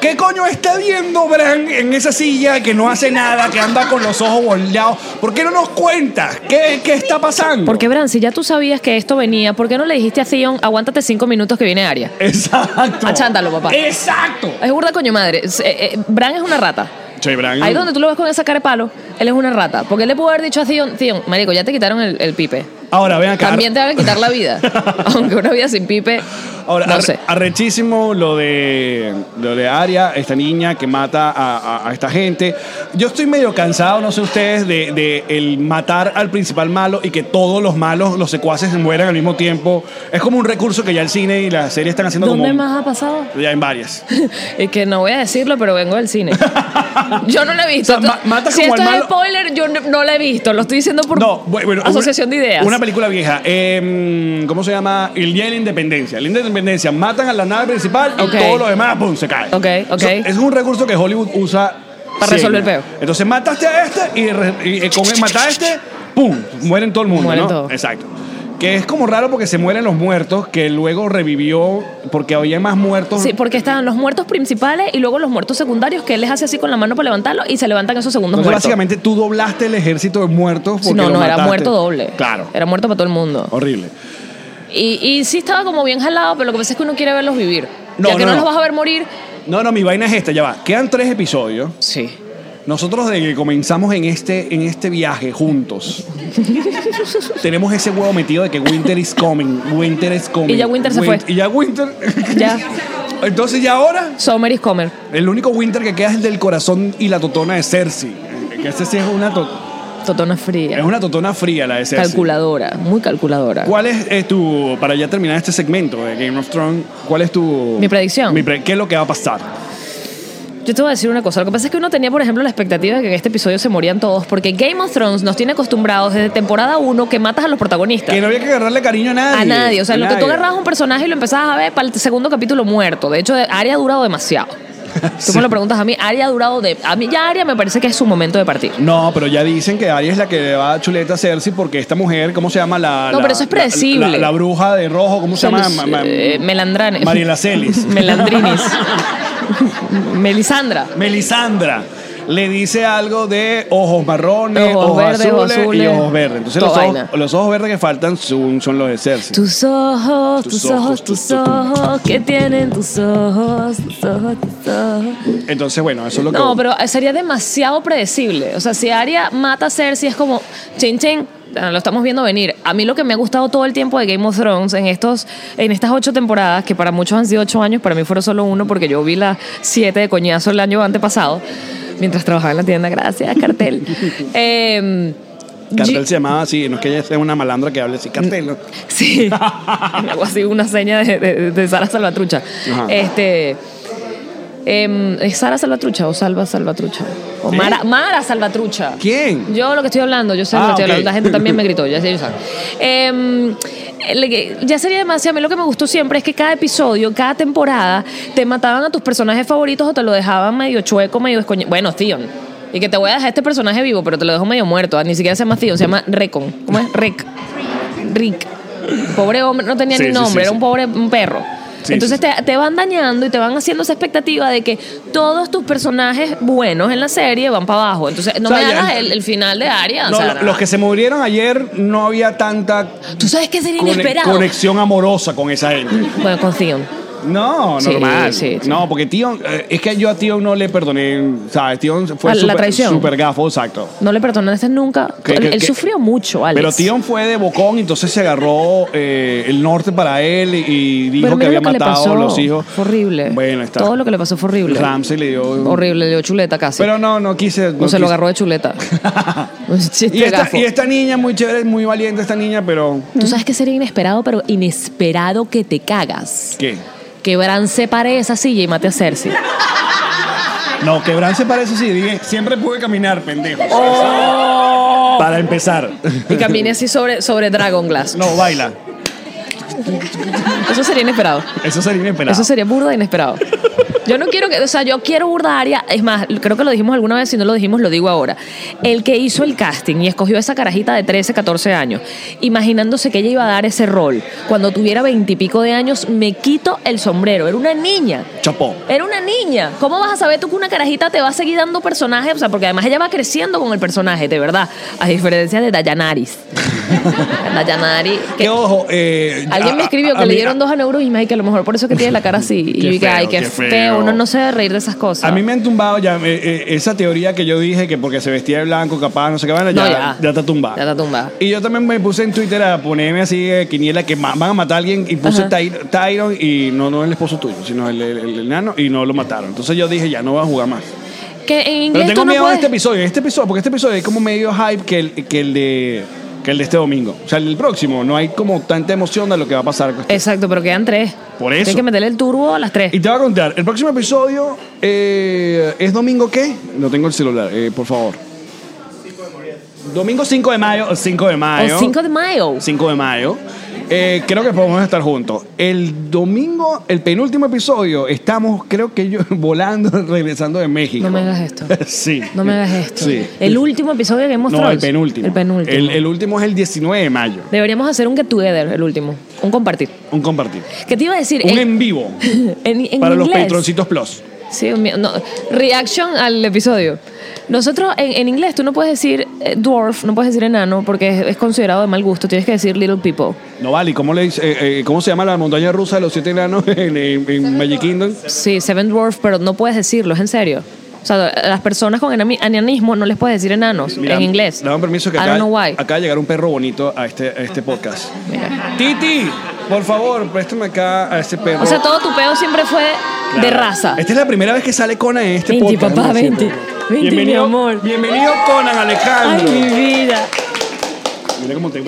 Speaker 5: ¿Qué coño está viendo Bran en esa silla que no hace nada, que anda con los ojos volteados? ¿Por qué no nos cuentas? ¿Qué, qué está pasando?
Speaker 2: Porque, Bran, si ya tú sabías que esto venía, ¿por qué no le dijiste a Theon, aguántate cinco minutos que viene Aria?
Speaker 5: Exacto.
Speaker 2: Achántalo, papá.
Speaker 5: Exacto.
Speaker 2: Es burda coño madre. Es- eh, eh, Bran es una rata.
Speaker 5: Che, Bran.
Speaker 2: Ahí donde tú lo ves con esa cara de palo, él es una rata. Porque él le pudo haber dicho a Theon, Theon, marico, ya te quitaron el, el pipe.
Speaker 5: Ahora, ven acá.
Speaker 2: También te van a quitar la vida. Aunque una vida sin pipe,
Speaker 5: Ahora,
Speaker 2: no
Speaker 5: arre-
Speaker 2: sé.
Speaker 5: arrechísimo lo de, lo de Aria, esta niña que mata a, a- a esta gente. Yo estoy medio cansado, no sé ustedes, de, de el matar al principal malo y que todos los malos, los secuaces, mueran al mismo tiempo. Es como un recurso que ya el cine y la serie están haciendo
Speaker 2: ¿Dónde
Speaker 5: como...
Speaker 2: más ha pasado?
Speaker 5: Ya en varias.
Speaker 2: Es que no voy a decirlo, pero vengo del cine. Yo no lo he visto.
Speaker 5: O sea, ma- matas
Speaker 2: si
Speaker 5: como
Speaker 2: esto
Speaker 5: al
Speaker 2: es
Speaker 5: malo-
Speaker 2: spoiler, yo no, no lo he visto. Lo estoy diciendo por
Speaker 5: No, bu- bueno,
Speaker 2: asociación
Speaker 5: una-
Speaker 2: de ideas.
Speaker 5: Una película vieja. Eh, ¿Cómo se llama? El Día de la Independencia. El Día de la Independencia. Matan a la nave principal
Speaker 2: Ok.
Speaker 5: y todo lo demás, ¡pum! se cae.
Speaker 2: Ok, ok.
Speaker 5: Eso- es un recurso que Hollywood usa.
Speaker 2: Para
Speaker 5: siempre.
Speaker 2: resolver el peo.
Speaker 5: Entonces mataste a este y, re- y, eh, con el matar a este, ¡pum! Mueren todo el mundo.
Speaker 2: Mueren
Speaker 5: ¿no?
Speaker 2: todos.
Speaker 5: Exacto. Que es como raro porque se mueren los muertos, que luego revivió porque había más muertos.
Speaker 2: Sí, porque estaban los muertos principales y luego los muertos secundarios que él les hace así con la mano para levantarlo y se levantan esos segundos
Speaker 5: Entonces,
Speaker 2: muertos.
Speaker 5: básicamente tú doblaste el ejército de muertos porque
Speaker 2: Sí, no,
Speaker 5: los
Speaker 2: no, era
Speaker 5: mataste.
Speaker 2: muerto doble.
Speaker 5: Claro.
Speaker 2: Era muerto para todo el mundo.
Speaker 5: Horrible.
Speaker 2: Y, y sí estaba como bien jalado, pero lo que pasa es que uno quiere verlos vivir.
Speaker 5: No,
Speaker 2: ya que
Speaker 5: no,
Speaker 2: no,
Speaker 5: no.
Speaker 2: los vas a ver morir.
Speaker 5: No, no, mi vaina es esta, ya va. Quedan tres episodios.
Speaker 2: Sí.
Speaker 5: Nosotros desde que comenzamos en este, en este viaje juntos, tenemos ese huevo metido de que Winter is coming, Winter is coming.
Speaker 2: Y ya Winter se
Speaker 5: Win-
Speaker 2: fue.
Speaker 5: Y ya Winter.
Speaker 2: Ya.
Speaker 5: Entonces ya ahora,
Speaker 2: Summer is Comer.
Speaker 5: el único Winter que queda es el del corazón y la totona de Cersei. Que ese sí es una, to-
Speaker 2: Totona fría.
Speaker 5: es una totona fría la de Cersei.
Speaker 2: calculadora, muy calculadora.
Speaker 5: ¿Cuál es eh, tu, para ya terminar este segmento de Game of Thrones, cuál es tu...
Speaker 2: Mi predicción.
Speaker 5: mi pre- ¿Qué es lo que va a pasar?
Speaker 2: Yo te voy a decir una cosa. Lo que pasa es que uno tenía, por ejemplo, la expectativa de que en este episodio se morían todos, porque Game of Thrones nos tiene acostumbrados desde temporada 1 que matas a los protagonistas.
Speaker 5: Que no había que agarrarle cariño a nadie.
Speaker 2: A nadie. O sea,
Speaker 5: A
Speaker 2: lo que tú
Speaker 5: nadie.
Speaker 2: agarrabas un personaje y lo empezabas a ver para el segundo capítulo muerto. De hecho, Aria ha durado demasiado. Tú me lo preguntas a mí, Aria ha durado de. A mí ya Aria me parece que es su momento de partir.
Speaker 5: No, pero ya dicen que Arya es la que le va a chuleta a Cersei porque esta mujer, ¿cómo se llama? La,
Speaker 2: No,
Speaker 5: la-
Speaker 2: pero eso es
Speaker 5: la- la-
Speaker 2: predecible.
Speaker 5: La, la bruja de rojo, ¿cómo se llama? Ma- ma-
Speaker 2: Eh, Melandrane.
Speaker 5: Mariela Celis.
Speaker 2: Melandrinis. Melisandra.
Speaker 5: Melisandra. Le dice algo de ojos marrones,
Speaker 2: Ojos
Speaker 5: ojos,
Speaker 2: verdes,
Speaker 5: azules,
Speaker 2: azules.
Speaker 5: y ojos verdes. Entonces los
Speaker 2: Toda
Speaker 5: ojos,
Speaker 2: vaina.
Speaker 5: los ojos verdes que faltan son, son los de Cersei.
Speaker 2: Tus ojos,
Speaker 5: Tus
Speaker 2: tus
Speaker 5: ojos,
Speaker 2: ojos,
Speaker 5: tus-
Speaker 2: tus ojos, ¿qué tienen tus ojos? Tus ojos, tus ojos.
Speaker 5: Entonces, bueno, eso es lo que...
Speaker 2: No, pero sería demasiado predecible. O sea, si Aria mata a Cersei es como, chen chen, lo estamos viendo venir. A mí lo que me ha gustado todo el tiempo de Game of Thrones en, estos, en estas ocho temporadas, que para muchos han sido ocho años, para mí fueron solo uno porque yo vi las siete de coñazo el año antepasado, mientras trabajaba en la tienda. Gracias, cartel. Eh,
Speaker 5: Cartel
Speaker 2: yo-
Speaker 5: se llamaba así, no es que ella sea una malandra que hable así, cartel. ¿no?
Speaker 2: Sí. Algo así, una seña de, de- de Sara Salvatrucha.
Speaker 5: Ajá.
Speaker 2: Este. em, ¿Es Sara Salvatrucha o Salva Salvatrucha? O
Speaker 5: ¿Sí?
Speaker 2: Mara, Mara Salvatrucha.
Speaker 5: ¿Quién?
Speaker 2: Yo lo que estoy hablando, yo sé
Speaker 5: Ah,
Speaker 2: lo que estoy
Speaker 5: ok.
Speaker 2: hablando. La gente también me gritó, ya sé, yo sé. Em, le- ya sería demasiado. A mí lo que me gustó siempre es que cada episodio, cada temporada, te mataban a tus personajes favoritos o te lo dejaban medio chueco, medio escoño. Bueno, Theon. Y que te voy a dejar este personaje vivo, pero te lo dejo medio muerto. Ah, Ni siquiera se llama Theon, se llama Recon. ¿Cómo es? Rec. Rick. Pobre hombre, no tenía
Speaker 5: Sí,
Speaker 2: ni
Speaker 5: sí,
Speaker 2: nombre,
Speaker 5: sí,
Speaker 2: era
Speaker 5: sí.
Speaker 2: un pobre un perro.
Speaker 5: Sí,
Speaker 2: Entonces
Speaker 5: sí,
Speaker 2: Te, te van dañando y te van haciendo esa expectativa de que todos tus personajes buenos en la serie van para abajo. Entonces, no
Speaker 5: O sea,
Speaker 2: me
Speaker 5: ya-
Speaker 2: hagas el, el final de Aria.
Speaker 5: No,
Speaker 2: o sea,
Speaker 5: lo- los que se murieron ayer no había tanta
Speaker 2: Tú sabes que sería
Speaker 5: cone-
Speaker 2: inesperado.
Speaker 5: conexión amorosa con esa gente.
Speaker 2: Bueno, con Theon.
Speaker 5: No,
Speaker 2: Sí,
Speaker 5: normal.
Speaker 2: sí, sí.
Speaker 5: No, porque tío, eh, es que yo a tío no le perdoné, ¿sabes? Tío fue
Speaker 2: Ah, la
Speaker 5: super,
Speaker 2: traición.
Speaker 5: super gafo, exacto.
Speaker 2: No le perdonaste nunca.
Speaker 5: Que-
Speaker 2: él
Speaker 5: que-
Speaker 2: él
Speaker 5: que-
Speaker 2: sufrió mucho, Alex.
Speaker 5: Pero Tion fue de bocón, entonces se agarró eh, el norte para él y dijo
Speaker 2: Pero mira
Speaker 5: que había
Speaker 2: lo que le
Speaker 5: matado
Speaker 2: pasó.
Speaker 5: a los hijos.
Speaker 2: Fue horrible.
Speaker 5: Bueno, está.
Speaker 2: Todo lo que le pasó fue horrible.
Speaker 5: Ramsey le dio.
Speaker 2: Horrible, le dio chuleta casi.
Speaker 5: Pero no, no quise.
Speaker 2: o se lo
Speaker 5: quise.
Speaker 2: agarró de chuleta. Un chiste
Speaker 5: y, esta,
Speaker 2: gafo.
Speaker 5: y esta niña muy chévere, muy valiente esta niña, pero.
Speaker 2: Tú sabes que sería inesperado, pero inesperado que te cagas.
Speaker 5: ¿Qué?
Speaker 2: Que Bran se pare de esa silla y mate a Cersei.
Speaker 5: No, quebran se parece sí. Dije, siempre pude caminar, pendejo.
Speaker 2: Oh.
Speaker 5: Para empezar.
Speaker 2: Y camine así sobre, sobre Dragon Glass.
Speaker 5: No, baila.
Speaker 2: Eso sería inesperado.
Speaker 5: Eso sería inesperado.
Speaker 2: Eso sería burda inesperado. Yo no quiero que, o sea, yo quiero burda Aria. Es más, creo que lo dijimos alguna vez, si no lo dijimos, lo digo ahora. El que hizo el casting y escogió esa carajita de 13, 14 años, imaginándose que ella iba a dar ese rol cuando tuviera 20 y pico de años, me quito el sombrero. Era una niña.
Speaker 5: Chapó.
Speaker 2: Era una niña. ¿Cómo vas a saber tú que una carajita te va a seguir dando personajes? O sea, porque además ella va creciendo con el personaje, de verdad. A diferencia de Dayanaris. Dayanari. que-
Speaker 5: Que ojo, eh,
Speaker 2: Alguien me
Speaker 5: a-
Speaker 2: escribió
Speaker 5: a-
Speaker 2: que
Speaker 5: a
Speaker 2: le
Speaker 5: mí-
Speaker 2: dieron dos aneurismas y que a lo mejor por eso que tiene la cara así. Y
Speaker 5: Qué
Speaker 2: yo dije, ay,
Speaker 5: feo,
Speaker 2: qué,
Speaker 5: qué feo.
Speaker 2: feo. uno no se debe reír de esas cosas.
Speaker 5: A mí me han tumbado ya eh, eh, esa teoría que yo dije que porque se vestía de blanco, capaz, no sé qué, bueno, ya,
Speaker 2: No,
Speaker 5: ya.
Speaker 2: ya.
Speaker 5: está tumbada.
Speaker 2: Ya está tumbada.
Speaker 5: Y yo también me puse en Twitter a ponerme así eh, quiniela que ma- van a matar a alguien y puse Ty- Tyron y no, no el esposo tuyo, sino el, el, el enano y no lo mataron. Entonces yo dije, ya no va a jugar más.
Speaker 2: que en
Speaker 5: Pero
Speaker 2: inglés
Speaker 5: tengo
Speaker 2: tú no
Speaker 5: miedo de
Speaker 2: puedes.
Speaker 5: este episodio, este episodio, porque este episodio es como medio hype que el, que el de que el de este domingo. O sea, el próximo, no hay como tanta emoción de lo que va a pasar. con este
Speaker 2: Exacto, pero quedan tres.
Speaker 5: Por eso.
Speaker 2: Tienes que meterle el turbo a las tres.
Speaker 5: Y te voy a contar, el próximo episodio eh, es domingo qué? No tengo el celular, eh, por favor. Domingo 5 de mayo, 5 de mayo.
Speaker 2: o 5 de mayo.
Speaker 5: 5 de mayo. Eh, creo que podemos estar juntos. El domingo, el penúltimo episodio, estamos, creo que yo, volando, regresando de México.
Speaker 2: No me hagas esto.
Speaker 5: Sí.
Speaker 2: No me hagas esto.
Speaker 5: Sí.
Speaker 2: El último episodio que hemos
Speaker 5: No, el penúltimo.
Speaker 2: El penúltimo.
Speaker 5: El, el último es el 19 de mayo.
Speaker 2: Deberíamos hacer un get together, el último. Un compartir.
Speaker 5: Un compartir.
Speaker 2: ¿Qué te iba a decir?
Speaker 5: Un
Speaker 2: En-
Speaker 5: en vivo.
Speaker 2: en- en
Speaker 5: para los
Speaker 2: inglés.
Speaker 5: patroncitos plus.
Speaker 2: Sí, Dios mío, no. Reaction al episodio. Nosotros, en, en inglés, tú no puedes decir eh, dwarf, no puedes decir enano, porque es, es considerado de mal gusto. Tienes que decir little people.
Speaker 5: No vale, ¿y ¿cómo, le, dice- eh, eh, ¿cómo se llama la montaña rusa de los siete enanos en, en- en Magic Kingdom?
Speaker 2: Sí, seven dwarf, pero no puedes decirlo, es en serio. O sea, a las personas con enami- enanismo no les puedes decir enanos
Speaker 5: Mira,
Speaker 2: en inglés.
Speaker 5: Dame permiso que
Speaker 2: I
Speaker 5: acá,
Speaker 2: don't know why.
Speaker 5: acaba de llegar un perro bonito a este, a este podcast.
Speaker 2: Mira.
Speaker 5: Titi, por favor, préstame acá a este perro.
Speaker 2: O sea, todo tu peo siempre fue de
Speaker 5: Claro.
Speaker 2: raza.
Speaker 5: Esta es la primera vez que sale Conan en este
Speaker 2: Venti,
Speaker 5: podcast.
Speaker 2: papá,
Speaker 5: ¿no?
Speaker 2: venti. Venti,
Speaker 5: bienvenido,
Speaker 2: mi amor.
Speaker 5: Bienvenido, Conan
Speaker 2: Ay,
Speaker 5: Alejandro.
Speaker 2: mi vida.
Speaker 5: Mira cómo te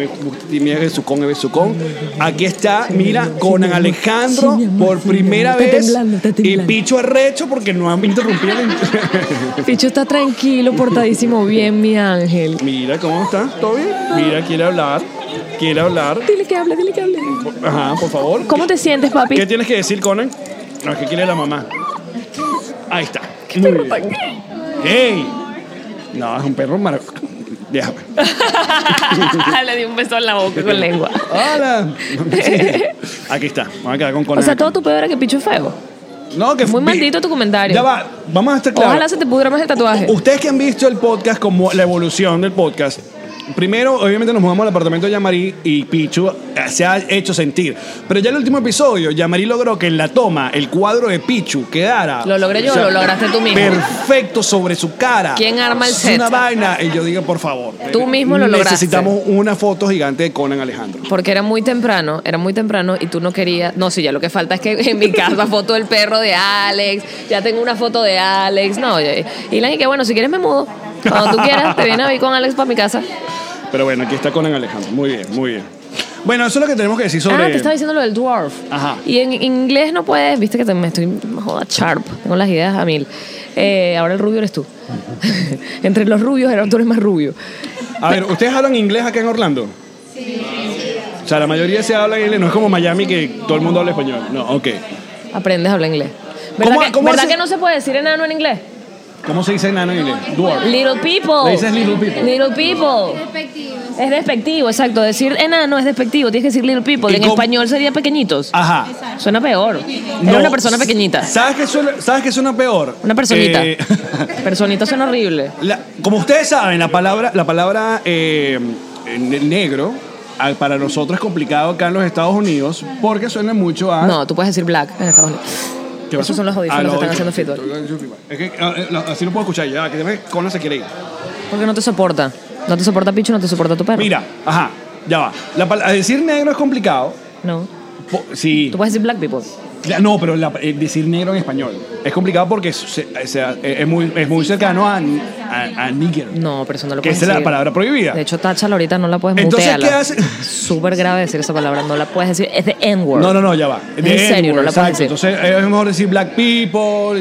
Speaker 5: mira el sucón, el sucón. Aquí está, mira, Conan Alejandro
Speaker 2: Sí, mi amor,
Speaker 5: por
Speaker 2: sí, mi
Speaker 5: primera
Speaker 2: amor. Está
Speaker 5: vez.
Speaker 2: temblando, está
Speaker 5: Y
Speaker 2: temblando.
Speaker 5: Picho arrecho porque no han interrumpido. la int-
Speaker 2: Picho está tranquilo, portadísimo bien, mi ángel.
Speaker 5: mira cómo está, todo bien. Mira, quiere hablar, quiere hablar.
Speaker 2: Dile que hable, dile que hable.
Speaker 5: Ajá, por favor.
Speaker 2: ¿Cómo te sientes, papi?
Speaker 5: ¿Qué tienes que decir, Conan? No, es que quiere la mamá. Ahí está. Muy
Speaker 2: perro
Speaker 5: bien.
Speaker 2: tan
Speaker 5: ¡Ey! No, es un perro maravilloso. Déjame.
Speaker 2: Le di un beso en la boca con lengua.
Speaker 5: ¡Hola! Aquí está. Vamos a quedar con Conan.
Speaker 2: O sea,
Speaker 5: acá.
Speaker 2: todo tu pedo era que Picho es feo.
Speaker 5: No, que
Speaker 2: Muy
Speaker 5: vi-
Speaker 2: maldito tu comentario.
Speaker 5: Ya va, vamos a estar claros.
Speaker 2: Ojalá se te pudra más el tatuaje.
Speaker 5: Ustedes que han visto el podcast como la evolución del podcast. Primero, obviamente nos mudamos al apartamento de Yamari y Pichu eh, se ha hecho sentir. Pero ya en el último episodio, Yamari logró que en la toma el cuadro de Pichu quedara.
Speaker 2: Lo logré yo, lo lograste tú mismo.
Speaker 5: Perfecto sobre su cara.
Speaker 2: ¿Quién arma el
Speaker 5: Es
Speaker 2: set?
Speaker 5: una vaina. Y yo digo, por favor.
Speaker 2: Tú
Speaker 5: eh,
Speaker 2: mismo lo lograste.
Speaker 5: Necesitamos una foto gigante de Conan Alejandro.
Speaker 2: Porque era muy temprano, era muy temprano y tú no querías. No, sí, ya lo que falta es que en mi casa foto del perro de Alex, ya tengo una foto de Alex. No, oye. Y la que bueno, si quieres me mudo. Cuando tú quieras, te vienes a vivir con Alex para mi casa.
Speaker 5: Pero bueno, aquí está Conan Alejandro. Muy bien, muy bien. Bueno, eso es lo que tenemos que decir sobre.
Speaker 2: Ah, te estaba diciendo lo del dwarf.
Speaker 5: Ajá.
Speaker 2: Y en inglés no puedes, viste que te- me estoy. Joda, sharp. Tengo las ideas a mil. Eh, ahora el rubio eres tú. Entre los rubios, ahora tú eres más rubio.
Speaker 5: A ver, ¿ustedes hablan inglés acá en Orlando? Sí. O sea, la mayoría se habla inglés, no es como Miami que todo el mundo habla español. No, ok.
Speaker 2: Aprendes a hablar inglés. ¿Verdad,
Speaker 5: ¿Cómo-
Speaker 2: que,
Speaker 5: cómo
Speaker 2: ¿verdad
Speaker 5: hace-
Speaker 2: que no se puede decir enano en inglés?
Speaker 5: ¿Cómo se dice enano en inglés? Dwarf.
Speaker 2: Little people.
Speaker 5: Le dices little people.
Speaker 2: Little people. Es despectivo, exacto. Decir enano es despectivo. Tienes que decir little people.
Speaker 5: ¿Y
Speaker 2: En
Speaker 5: cómo-
Speaker 2: español sería pequeñitos.
Speaker 5: Ajá.
Speaker 2: Suena peor.
Speaker 5: No.
Speaker 2: Era una persona pequeñita.
Speaker 5: ¿Sabes qué suena, sabes qué suena peor?
Speaker 2: Una personita.
Speaker 5: Eh,
Speaker 2: Personita suena horrible.
Speaker 5: la- como ustedes saben, la palabra, la palabra eh, en el negro al- para nosotros es complicado acá en los Estados Unidos porque suena mucho a...
Speaker 2: No, tú puedes decir black Eh, en Estados Unidos.
Speaker 5: ¿Qué pasó?
Speaker 2: Esos son los audífonos
Speaker 5: Ah,
Speaker 2: que están haciendo feedback.
Speaker 5: Es que ah, eh, no, así no puedo escuchar ya, que se Conan se quiere ir.
Speaker 2: Porque no te soporta. No te soporta Pichu, no te soporta tu perro.
Speaker 5: Mira, ajá, ya va. La pal- a decir negro es complicado.
Speaker 2: No.
Speaker 5: Po- sí.
Speaker 2: Tú puedes decir black people.
Speaker 5: Cla- No, pero la- eh, decir negro en español es complicado porque es, se- eh, se- eh, es muy, es muy cercano a, a, a nigger.
Speaker 2: No, pero eso no lo
Speaker 5: Que
Speaker 2: puedes
Speaker 5: esa es la
Speaker 2: decir.
Speaker 5: palabra prohibida.
Speaker 2: De hecho, táchala ahorita, no la puedes
Speaker 5: Entonces,
Speaker 2: muteala.
Speaker 5: ¿qué hace?
Speaker 2: Súper grave decir esa palabra, no la puedes decir. Es de N-word.
Speaker 5: No, no, no, ya va.
Speaker 2: Es
Speaker 5: De
Speaker 2: en serio, no la
Speaker 5: N-word,
Speaker 2: puedes
Speaker 5: exacto.
Speaker 2: decir.
Speaker 5: Entonces eh, es mejor decir black people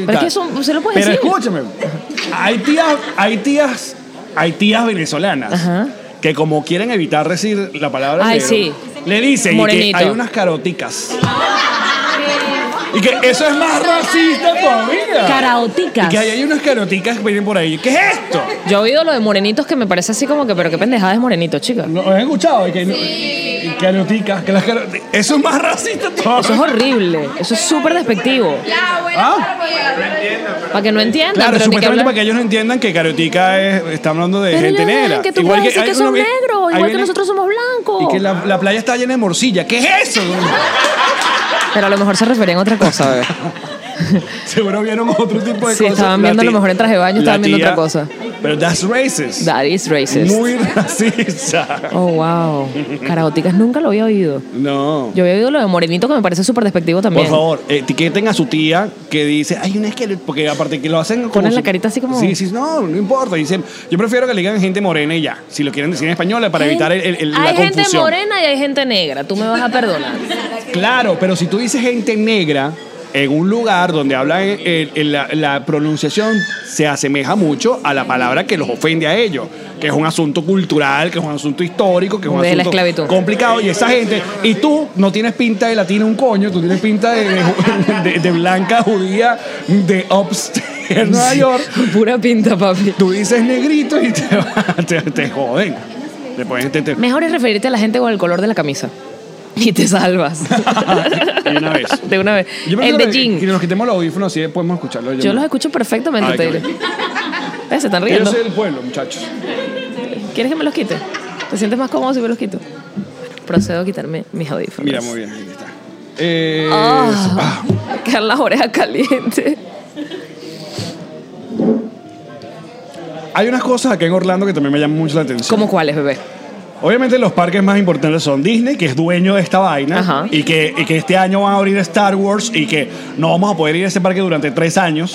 Speaker 2: Pero
Speaker 5: y
Speaker 2: es
Speaker 5: tal.
Speaker 2: que eso se lo puedes
Speaker 5: Pero
Speaker 2: decir.
Speaker 5: escúchame, hay tías, hay tías, hay tías venezolanas
Speaker 2: Ajá.
Speaker 5: que como quieren evitar decir la palabra
Speaker 2: Ay,
Speaker 5: negro,
Speaker 2: sí.
Speaker 5: le dicen y que
Speaker 2: Morenito.
Speaker 5: hay unas caroticas. Y que eso es más racista todavía.
Speaker 2: Caraoticas.
Speaker 5: Y que hay, hay unas caroticas que vienen por ahí. ¿Qué es esto?
Speaker 2: Yo he oído lo de morenitos que me parece así como que, pero qué pendejada es morenito, chica.
Speaker 5: ¿No has escuchado? Y Que no- y Caroticas, que las caroticas. Eso es más racista
Speaker 2: Eso es
Speaker 5: todavía.
Speaker 2: horrible. Eso es súper despectivo.
Speaker 5: ¿Ah?
Speaker 2: Para que no entiendan.
Speaker 5: Claro,
Speaker 2: Ah, pero ni que
Speaker 5: supuestamente
Speaker 2: hablar.
Speaker 5: para que ellos no entiendan que carotica es, está hablando de
Speaker 2: Pero
Speaker 5: gente
Speaker 2: ellos
Speaker 5: negra.
Speaker 2: dicen que tú puedes decir
Speaker 5: hay
Speaker 2: que son
Speaker 5: uno
Speaker 2: negros,
Speaker 5: ahí
Speaker 2: igual que
Speaker 5: viene-
Speaker 2: nosotros somos blancos.
Speaker 5: Y que la, la playa está llena de morcilla. ¿Qué es eso?
Speaker 2: Pero a lo mejor se referían a otra cosa, bebé.
Speaker 5: Seguro vieron otro tipo de
Speaker 2: Sí,
Speaker 5: cosas.
Speaker 2: estaban
Speaker 5: La
Speaker 2: viendo a lo
Speaker 5: tía-
Speaker 2: mejor en traje de baño,
Speaker 5: la
Speaker 2: estaban viendo
Speaker 5: tía-
Speaker 2: otra cosa.
Speaker 5: Pero that's racist.
Speaker 2: That is racist.
Speaker 5: Muy racista.
Speaker 2: Oh, wow. Caraoticas nunca lo había oído.
Speaker 5: No.
Speaker 2: Yo había oído lo de morenito que me parece súper despectivo también.
Speaker 5: Por favor, eh, etiqueten a su tía que dice, hay una que porque aparte que lo hacen como
Speaker 2: Ponen la
Speaker 5: su-
Speaker 2: carita así como-
Speaker 5: Sí, sí, no, no importa. Dicen, yo prefiero que le digan gente morena y ya. Si lo quieren decir en español para
Speaker 2: Gen-
Speaker 5: evitar el, el- el- la
Speaker 2: hay
Speaker 5: confusión.
Speaker 2: gente morena y hay gente negra. Tú me vas a perdonar.
Speaker 5: Claro, pero si tú dices gente negra en un lugar donde eh, hablan el- el- la, la pronunciación se asemeja mucho a la palabra que los ofende a ellos, que es un asunto cultural, que es un asunto histórico, que es un
Speaker 2: De la
Speaker 5: asunto
Speaker 2: esclavitud.
Speaker 5: complicado. Y esa gente, y tú no tienes pinta de latina un coño, tú tienes pinta de, de- de blanca judía de upstairs Nueva York.
Speaker 2: Pura pinta, papi.
Speaker 5: Tú dices negrito y te, te, te joden. Te ponen- te- te-
Speaker 2: Mejor es referirte a la gente con el color de la camisa. Y te salvas.
Speaker 5: De una vez.
Speaker 2: De una vez.
Speaker 5: Yo
Speaker 2: El
Speaker 5: prefiero
Speaker 2: de
Speaker 5: que- Que
Speaker 2: jean.
Speaker 5: nos quitemos los audífonos así podemos escucharlo.
Speaker 2: Yo los escucho perfectamente,
Speaker 5: Ay,
Speaker 2: te
Speaker 5: qué
Speaker 2: diré. Eh, se están
Speaker 5: Yo
Speaker 2: riendo.
Speaker 5: soy del pueblo, muchachos.
Speaker 2: ¿Quieres que me los quite? ¿Te sientes más cómodo si me los quito? Bueno, procedo a quitarme mis audífonos.
Speaker 5: Mira, muy bien, aquí está. Eh,
Speaker 2: Ah, me quedan las orejas calientes.
Speaker 5: Hay unas cosas acá en Orlando que también me llaman mucho la atención.
Speaker 2: ¿Cómo cuáles, bebé?
Speaker 5: Obviamente los parques más importantes son Disney, que es dueño de esta vaina,
Speaker 2: Ajá.
Speaker 5: y que, y que este año van a abrir Star Wars y que no vamos a poder ir a ese parque durante tres años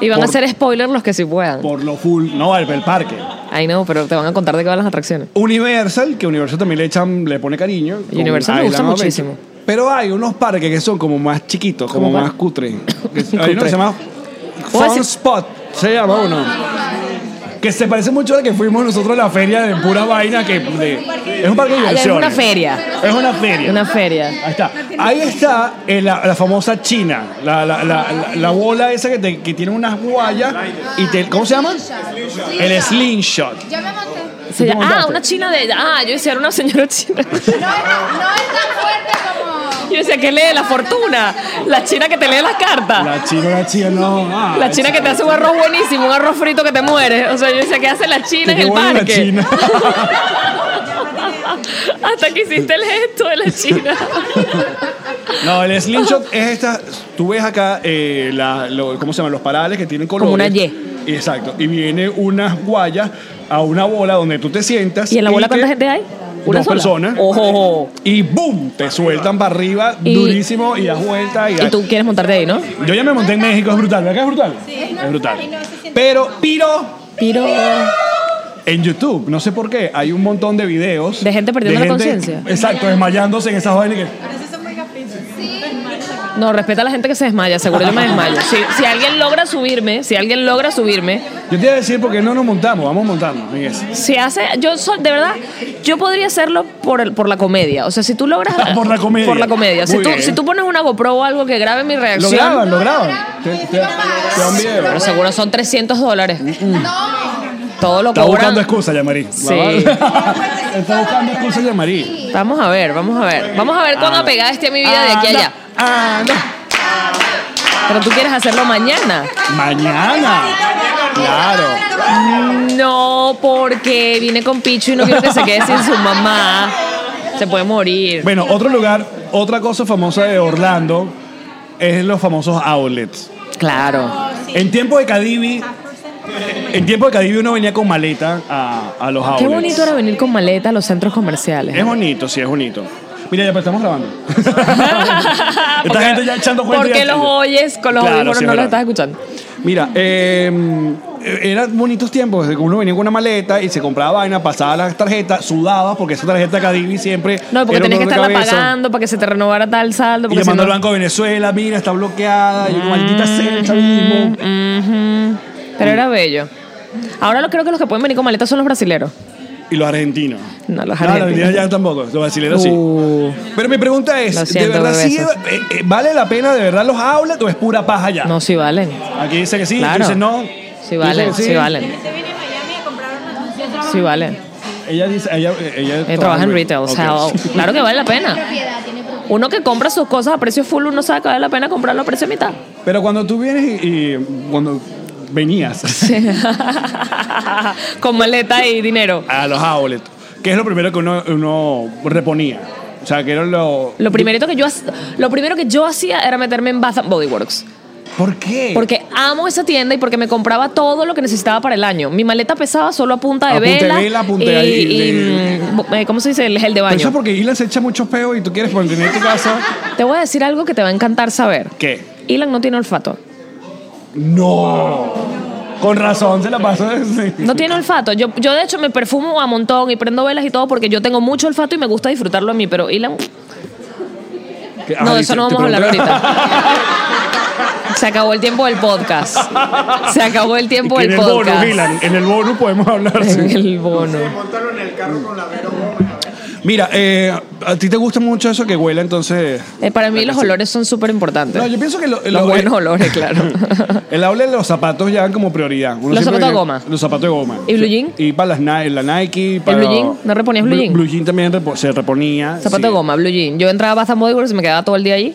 Speaker 2: Y van a
Speaker 5: Por-
Speaker 2: hacer spoilers los que sí puedan.
Speaker 5: por lo full, no, el, el parque.
Speaker 2: Ay, no, pero te van a contar de qué van las atracciones.
Speaker 5: Universal, que Universal también le echan, le pone cariño. con
Speaker 2: Universal me gusta
Speaker 5: Island of
Speaker 2: muchísimo.
Speaker 5: Adventure. Pero hay unos parques que son como más chiquitos, como
Speaker 2: ¿Cómo cuál?
Speaker 5: más cutre. Que- hay uno que
Speaker 2: Cutre.
Speaker 5: se llama
Speaker 2: ¿Puedo
Speaker 5: Fun
Speaker 2: decir-
Speaker 5: Spot, se llama uno. Que se parece mucho a la que fuimos nosotros a la feria de pura vaina que de- es un parque de
Speaker 2: Ah, Es
Speaker 5: diversiones.
Speaker 2: una feria.
Speaker 5: Es una feria.
Speaker 2: Una feria.
Speaker 5: Ahí está. Ahí está eh, la, la famosa China, la, la, la, la- la bola esa que, te- que tiene unas guayas y te, ¿cómo se llama? El slingshot.
Speaker 4: Yo me monté.
Speaker 2: Se
Speaker 5: ¿Tú
Speaker 2: llama- ah,
Speaker 5: montaste?
Speaker 2: una china de. Ah, yo decía, era una señora china.
Speaker 4: No es, no es tan fuerte como.
Speaker 2: Yo decía, que lee la fortuna? La china que te lee las cartas.
Speaker 5: La china, la china, no. ah,
Speaker 2: La china que te hace un arroz buenísimo, un arroz frito que te muere. O sea, yo decía, ¿qué hace la china en
Speaker 5: qué
Speaker 2: el
Speaker 5: buena la
Speaker 2: parque?
Speaker 5: china.
Speaker 2: Hasta que hiciste el gesto de la china.
Speaker 5: No, el slingshot es esta. Tú ves acá, eh, la- lo- ¿cómo se llaman? Los parales que tienen colores.
Speaker 2: una Y.
Speaker 5: Exacto. Y viene unas guayas a una bola donde tú te sientas.
Speaker 2: ¿Y en la bola
Speaker 5: te-
Speaker 2: cuánta gente hay? ¿Una
Speaker 5: dos
Speaker 2: sola?
Speaker 5: personas.
Speaker 2: Ojo, ojo.
Speaker 5: Y boom, te sueltan para arriba
Speaker 2: Y-
Speaker 5: durísimo y das vuelta. Y,
Speaker 2: Y tú quieres montarte ahí, ¿no?
Speaker 5: Yo ya me monté en México, es brutal. ¿Verdad que es brutal? Es brutal. Pero, pero.
Speaker 2: Piro.
Speaker 5: En YouTube, no sé por qué, hay un montón de videos.
Speaker 2: De gente perdiendo
Speaker 5: de
Speaker 2: la
Speaker 5: gente-
Speaker 2: conciencia.
Speaker 5: Exacto, desmayándose en esas vainas. que-
Speaker 2: No, respeta a la gente que se desmaya, seguro yo me desmayo. Si, si alguien logra subirme, si alguien logra subirme,
Speaker 5: Yo te iba a decir porque no nos montamos, vamos a montarnos en ese.
Speaker 2: si hace. Yo soy, de verdad, yo podría hacerlo por, el- por la comedia. O sea, si tú logras.
Speaker 5: Ah, Por la comedia.
Speaker 2: Por la comedia. Si
Speaker 5: Muy
Speaker 2: tú,
Speaker 5: bien.
Speaker 2: si tú pones una GoPro o algo que grabe mi
Speaker 5: Lo
Speaker 2: reacción.
Speaker 5: graban, lo graban. Te, te- te dan video.
Speaker 2: Pero seguro son 300 dólares. Mm. Todo lo
Speaker 5: Está
Speaker 2: cobran.
Speaker 5: buscando excusa, Yamarí.
Speaker 2: Sí.
Speaker 5: Está buscando excusa, Yamarí.
Speaker 2: Vamos a ver, vamos a ver. Vamos a ver
Speaker 5: Ah.
Speaker 2: cuán apegada esté mi vida de aquí a
Speaker 5: Anda,
Speaker 2: allá.
Speaker 5: anda.
Speaker 2: Pero tú quieres hacerlo mañana.
Speaker 5: Mañana. Claro.
Speaker 2: No, porque viene con Pichu y no quiero que se quede sin su mamá. Se puede morir.
Speaker 5: Bueno, otro lugar, otra cosa famosa de Orlando es los famosos outlets.
Speaker 2: Claro.
Speaker 5: En tiempo de Cadivi, en tiempo de Cadivi uno venía con maleta a, a los outlets.
Speaker 2: Qué bonito era venir con maleta a los centros comerciales.
Speaker 5: Es bonito, sí, es bonito. Mira, ya pero estamos grabando. Esta
Speaker 2: Porque-
Speaker 5: gente ya echando cuentos.
Speaker 2: Porque
Speaker 5: ya-
Speaker 2: los oyes con los
Speaker 5: Claro,
Speaker 2: audífonos,
Speaker 5: sí, es
Speaker 2: no los estás
Speaker 5: verdad.
Speaker 2: escuchando.
Speaker 5: Mira, eh, eran bonitos tiempos. Desde que uno venía con una maleta y se compraba vaina, pasaba las tarjetas, sudaba, porque esa tarjeta Cadivi siempre.
Speaker 2: No, porque
Speaker 5: era un
Speaker 2: tenías que
Speaker 5: dolor de
Speaker 2: estarla
Speaker 5: cabeza.
Speaker 2: pagando para que se te renovara tal saldo.
Speaker 5: Y
Speaker 2: Porque si
Speaker 5: llamando al
Speaker 2: no- Mm,
Speaker 5: Banco de Venezuela, mira, está bloqueada, y yo, maldita sea el chavismo.
Speaker 2: Ujú. Pero era bello. Ahora lo creo que los que pueden venir con maleta son los brasileros.
Speaker 5: Y los argentinos.
Speaker 2: No, los
Speaker 5: No, los argentinos
Speaker 2: argentinos.
Speaker 5: ya tampoco, los brasileños
Speaker 2: Uh.
Speaker 5: sí. Pero mi pregunta es,
Speaker 2: Lo siento,
Speaker 5: ¿de verdad
Speaker 2: bebés.
Speaker 5: sí, eh, eh, vale la pena de verdad los aulas o es pura paja ya?
Speaker 2: No, sí valen.
Speaker 5: Aquí dice que sí, tú
Speaker 2: Claro.
Speaker 5: dices no.
Speaker 2: Sí valen,
Speaker 5: Dice que
Speaker 2: sí valen. Sí valen.
Speaker 5: Ella dice, ella, eh, ella
Speaker 2: Eh, trabaja en retail, o sea,
Speaker 5: Ok.
Speaker 2: oh, claro que vale la pena. Uno que compra sus cosas a precio full, uno sabe que vale la pena comprarlo a precio mitad.
Speaker 5: Pero cuando tú vienes y, y cuando venías
Speaker 2: Con maleta y dinero.
Speaker 5: a los outlets, ¿qué es lo primero que uno, uno reponía? O sea, que era lo...
Speaker 2: Lo primerito que yo hac- lo primero que yo hacía era meterme en Bath and Body Works.
Speaker 5: ¿Por qué?
Speaker 2: Porque amo esa tienda y porque me compraba todo lo que necesitaba para el año. Mi maleta pesaba solo a punta de
Speaker 5: A punta de
Speaker 2: vela.
Speaker 5: vela, a punta
Speaker 2: y,
Speaker 5: de-
Speaker 2: y,
Speaker 5: de-
Speaker 2: mm, bo- eh, ¿Cómo se dice? El gel de
Speaker 5: Pero eso es
Speaker 2: baño.
Speaker 5: porque Ilan se echa muchos peos y tú quieres mantener tu casa.
Speaker 2: Te voy a decir algo que te va a encantar saber.
Speaker 5: ¿Qué?
Speaker 2: Ilan no tiene olfato.
Speaker 5: ¡No! Con razón se la pasó desde...
Speaker 2: No tiene olfato. Yo, yo de hecho me perfumo a montón y prendo velas y todo porque yo tengo mucho olfato y me gusta disfrutarlo a mí, pero Ilan...
Speaker 5: Que-
Speaker 2: No,
Speaker 5: ah,
Speaker 2: de
Speaker 5: dice,
Speaker 2: eso no
Speaker 5: te
Speaker 2: vamos a hablar
Speaker 5: pregunto-
Speaker 2: ahorita. Se acabó el tiempo del podcast. Se acabó el tiempo
Speaker 5: en
Speaker 2: del
Speaker 5: el bono,
Speaker 2: podcast.
Speaker 5: Milan, en el bono podemos hablar. sí.
Speaker 2: en el bono.
Speaker 5: Mira, eh, a ti te gusta mucho eso que huela, entonces.
Speaker 2: Eh, para mí los olores son súper importantes.
Speaker 5: No, yo pienso que lo-
Speaker 2: los
Speaker 5: lo- eh,
Speaker 2: buenos olores, claro.
Speaker 5: El habla de los zapatos ya como prioridad. Uno
Speaker 2: Los zapatos
Speaker 5: siempre
Speaker 2: de
Speaker 5: viene-
Speaker 2: goma.
Speaker 5: Los zapatos de goma.
Speaker 2: ¿Y blue jean?
Speaker 5: Y para las, Ni- la Nike. Para
Speaker 2: blue jean? ¿No reponías blue jean?
Speaker 5: Blue jean también repo- se reponía.
Speaker 2: Zapato de
Speaker 5: sí.
Speaker 2: goma, blue jean. Yo entraba a Bath and Body Works y me quedaba todo el día allí.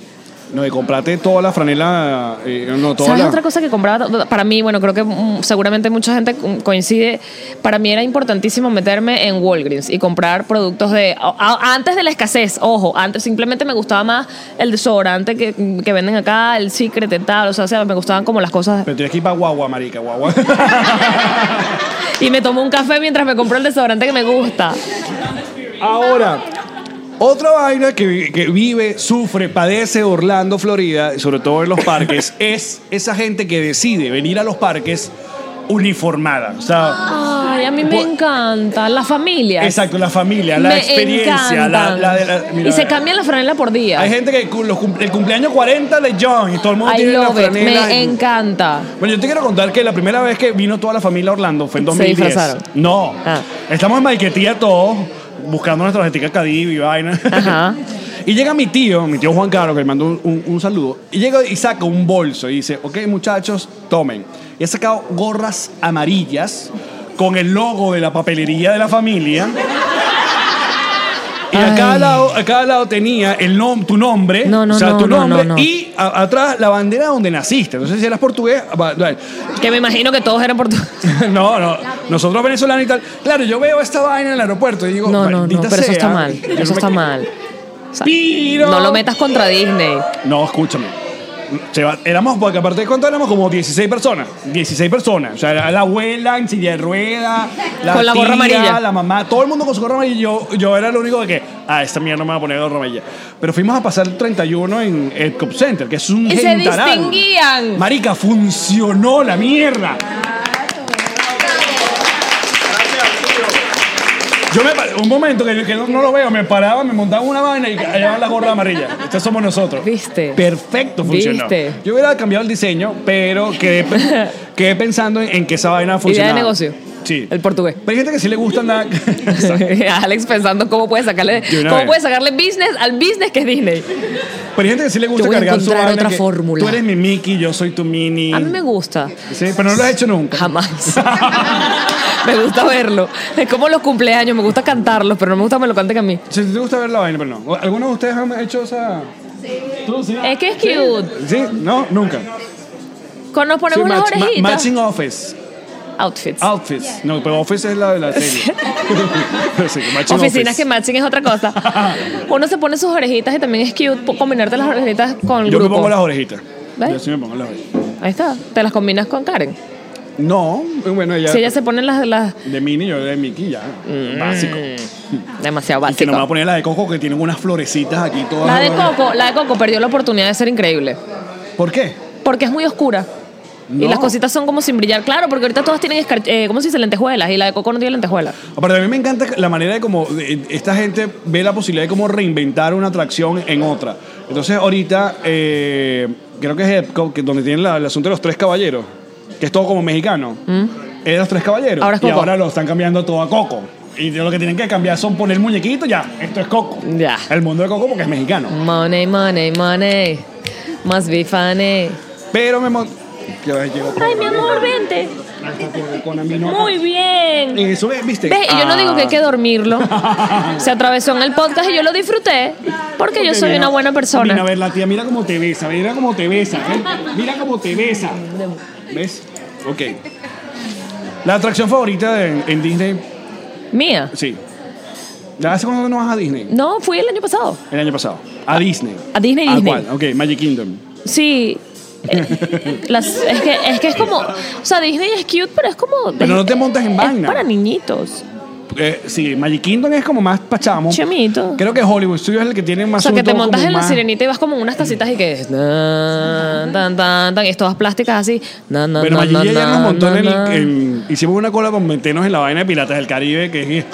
Speaker 5: No, y comprate toda la franela. eh, no, toda
Speaker 2: ¿Sabes
Speaker 5: la-
Speaker 2: otra cosa que compraba? Para mí, bueno, creo que mm, seguramente mucha gente co- coincide. Para mí era importantísimo meterme en Walgreens y comprar productos de. a- a- antes de la escasez, ojo, antes simplemente me gustaba más el desodorante que, mm, que venden acá, el Secret y tal. O sea, o sea, me gustaban como las cosas.
Speaker 5: Pero tienes que ir para guagua, marica, guagua.
Speaker 2: Y me tomo un café mientras me compro el desodorante que me gusta.
Speaker 5: Ahora, otra vaina que, que vive, sufre, padece Orlando, Florida, y sobre todo en los parques, es esa gente que decide venir a los parques uniformada. O sea,
Speaker 2: Ay, a mí me
Speaker 5: Bu-
Speaker 2: encanta. La familia.
Speaker 5: exacto, la familia, la
Speaker 2: me
Speaker 5: experiencia, la,
Speaker 2: encantan.
Speaker 5: la de la- mira, eh,
Speaker 2: y se cambian la franela por día.
Speaker 5: Hay gente que cu- los cum- el cumpleaños 40 de John y todo el mundo
Speaker 2: I
Speaker 5: tiene la
Speaker 2: love it.
Speaker 5: franela
Speaker 2: Me
Speaker 5: y-
Speaker 2: encanta.
Speaker 5: Bueno, yo te quiero contar que la primera vez que vino toda la familia a Orlando fue en
Speaker 2: Se
Speaker 5: 2010.
Speaker 2: disfrazaron.
Speaker 5: No.
Speaker 2: Ah.
Speaker 5: Estamos en Maiquetía todos, buscando nuestra jetica Cadiv y vaina.
Speaker 2: Ajá.
Speaker 5: y llega mi tío, mi tío Juan Carlos, que le mando un, un- un saludo, y llega y saca un bolso y dice, ok muchachos, tomen. Y ha sacado gorras amarillas con el logo de la papelería de la familia. Y a
Speaker 2: Ay.
Speaker 5: cada, lado, a cada lado tenía el nom, tu nombre,
Speaker 2: No, no,
Speaker 5: o sea,
Speaker 2: no,
Speaker 5: tu
Speaker 2: no,
Speaker 5: nombre,
Speaker 2: no, no.
Speaker 5: y a- atrás la bandera donde naciste. No sé si eras portugués. va- va-
Speaker 2: Que me imagino que todos eran por tu-
Speaker 5: no, no. Nosotros venezolanos y tal. Claro, yo veo esta vaina en el aeropuerto y digo,
Speaker 2: No, no, no,
Speaker 5: "Maldita
Speaker 2: pero eso
Speaker 5: sea".
Speaker 2: está mal.
Speaker 5: Yo no
Speaker 2: Eso
Speaker 5: me-
Speaker 2: está mal. O sea,
Speaker 5: Piro.
Speaker 2: no lo metas contra Disney.
Speaker 5: No, escúchame. Se va- éramos, porque aparte de cuánto éramos, como 16 personas. 16 personas. O sea, era la abuela en silla de rueda, la
Speaker 2: Con la gorra
Speaker 5: tía,
Speaker 2: amarilla.
Speaker 5: La mamá, todo el mundo con su gorra amarilla. Yo, yo era el único de que, ah, esta mierda no me va a poner gorra amarilla. Pero fuimos a pasar el 31 en el Cop Center, que es un
Speaker 2: Y se
Speaker 5: gentarán.
Speaker 2: distinguían.
Speaker 5: Marica, funcionó la mierda. Yo me par- un momento que, que no, no lo veo, me paraba, me montaba una vaina y llevaba la gorra amarilla. Estos somos nosotros.
Speaker 2: ¿Viste?
Speaker 5: Perfecto, funcionó.
Speaker 2: ¿Viste?
Speaker 5: Yo hubiera cambiado el diseño, pero quedé, pe- quedé pensando en, en que esa vaina
Speaker 2: Idea
Speaker 5: funcionaba.
Speaker 2: de negocio.
Speaker 5: Sí.
Speaker 2: El portugués.
Speaker 5: Pero hay gente que sí le gusta andar.
Speaker 2: Alex pensando cómo puede sacarle
Speaker 5: De una
Speaker 2: cómo
Speaker 5: vez.
Speaker 2: puede sacarle business al business que es Disney.
Speaker 5: Pero hay gente que sí le gusta
Speaker 2: Yo voy a
Speaker 5: cargar su
Speaker 2: encontrar
Speaker 5: vaina.
Speaker 2: otra
Speaker 5: que
Speaker 2: fórmula.
Speaker 5: Tú eres mi Mickey, yo soy tu Mini.
Speaker 2: A mí me gusta.
Speaker 5: Sí, pero no lo has hecho nunca.
Speaker 2: Jamás. me gusta verlo. Es como los cumpleaños, me gusta cantarlos, pero no me gusta que me lo canten a mí.
Speaker 5: Si te gusta ver la vaina, pero no. ¿Alguno de ustedes han hecho esa? ¿Tú, sí?
Speaker 2: Es que es cute.
Speaker 5: Sí, no, nunca.
Speaker 2: Con nos
Speaker 5: Sí,
Speaker 2: ponemos unas
Speaker 5: match- ma-
Speaker 2: orejitas.
Speaker 5: matching Ah, office.
Speaker 2: Outfits.
Speaker 5: Outfits. No, pero office es la de la serie. Sí, que matching
Speaker 2: Oficinas
Speaker 5: office.
Speaker 2: que matching es otra cosa. Uno se pone sus orejitas y también es cute po- combinarte las orejitas con el
Speaker 5: Yo me
Speaker 2: grupo.
Speaker 5: pongo las orejitas.
Speaker 2: ¿Ves?
Speaker 5: Yo sí me pongo las orejitas.
Speaker 2: Ahí está. Te las combinas con Karen.
Speaker 5: No, bueno, ella.
Speaker 2: Si ella se pone las, las
Speaker 5: De mini, yo de Mickey, ya.
Speaker 2: Mm,
Speaker 5: Básico.
Speaker 2: demasiado
Speaker 5: Y que
Speaker 2: básicas.
Speaker 5: no me va a poner la de coco que tienen unas florecitas aquí todas.
Speaker 2: La de Coco, la de Coco perdió la oportunidad de ser increíble.
Speaker 5: ¿Por qué?
Speaker 2: Porque es muy oscura. Y
Speaker 5: No.
Speaker 2: las cositas son como sin brillar. Claro, porque ahorita todas tienen, escar- eh, ¿cómo se dice? Lentejuelas. Y la de Coco no tiene lentejuelas.
Speaker 5: Aparte, a mí me encanta la manera de cómo eh, esta gente ve la posibilidad de cómo reinventar una atracción en otra. Entonces, ahorita, eh, creo que es Epcot, que donde tienen la- el asunto de los tres caballeros, que es todo como mexicano. Es de los tres caballeros.
Speaker 2: Mm. Ahora es
Speaker 5: y
Speaker 2: Coco.
Speaker 5: ahora lo están cambiando todo a Coco. Y lo que tienen que cambiar son poner muñequito, ya, esto es Coco.
Speaker 2: Ya. Mm.
Speaker 5: El mundo de Coco porque es mexicano.
Speaker 2: Money, money, money. Must be funny.
Speaker 5: Pero me mon- que ahora llegó Coco.
Speaker 7: Ay, mi amor, vente.
Speaker 5: Hasta con- con la minora.
Speaker 7: Muy bien.
Speaker 5: Y eso, ¿viste? Ah.
Speaker 2: ¿Ves? Y yo no digo que hay que dormirlo. Se atravesó en el podcast y yo lo disfruté porque yo soy una buena
Speaker 5: Mira, a
Speaker 2: persona.
Speaker 5: ver, la tía, mira cómo te besa, mira cómo te besa, ¿eh? mira cómo te besa. ¿Ves? Ok. La atracción favorita en, en Disney,
Speaker 2: Mía.
Speaker 5: sí. ¿Ya hace cuándo no vas a Disney?
Speaker 2: No, fui el año pasado.
Speaker 5: El año pasado. A Disney.
Speaker 2: A Disney,
Speaker 5: ¿A
Speaker 2: Disney.
Speaker 5: cuál? Ok, Magic Kingdom.
Speaker 2: Sí. Eh, las- es, que, es que es como. O sea, Disney es cute, pero es como.
Speaker 5: Pero no te montas en
Speaker 2: es
Speaker 5: vaina.
Speaker 2: para niñitos.
Speaker 5: Eh, sí, Magic Kingdom es como más pachamo.
Speaker 2: Chamito.
Speaker 5: Creo que Hollywood Studios es el que tiene
Speaker 2: O
Speaker 5: más
Speaker 2: sea, que te
Speaker 5: asunto
Speaker 2: montas
Speaker 5: como
Speaker 2: en la
Speaker 5: más-
Speaker 2: sirenita y vas como en unas tacitas y que es. Tan, tan, tan, tan, y es todas plásticas así. Na, na,
Speaker 5: Bueno,
Speaker 2: na,
Speaker 5: allí
Speaker 2: na,
Speaker 5: ayer nos
Speaker 2: na,
Speaker 5: montó en el-
Speaker 2: na.
Speaker 5: en- Hicimos una cola con meternos en la vaina de Piratas del Caribe, que es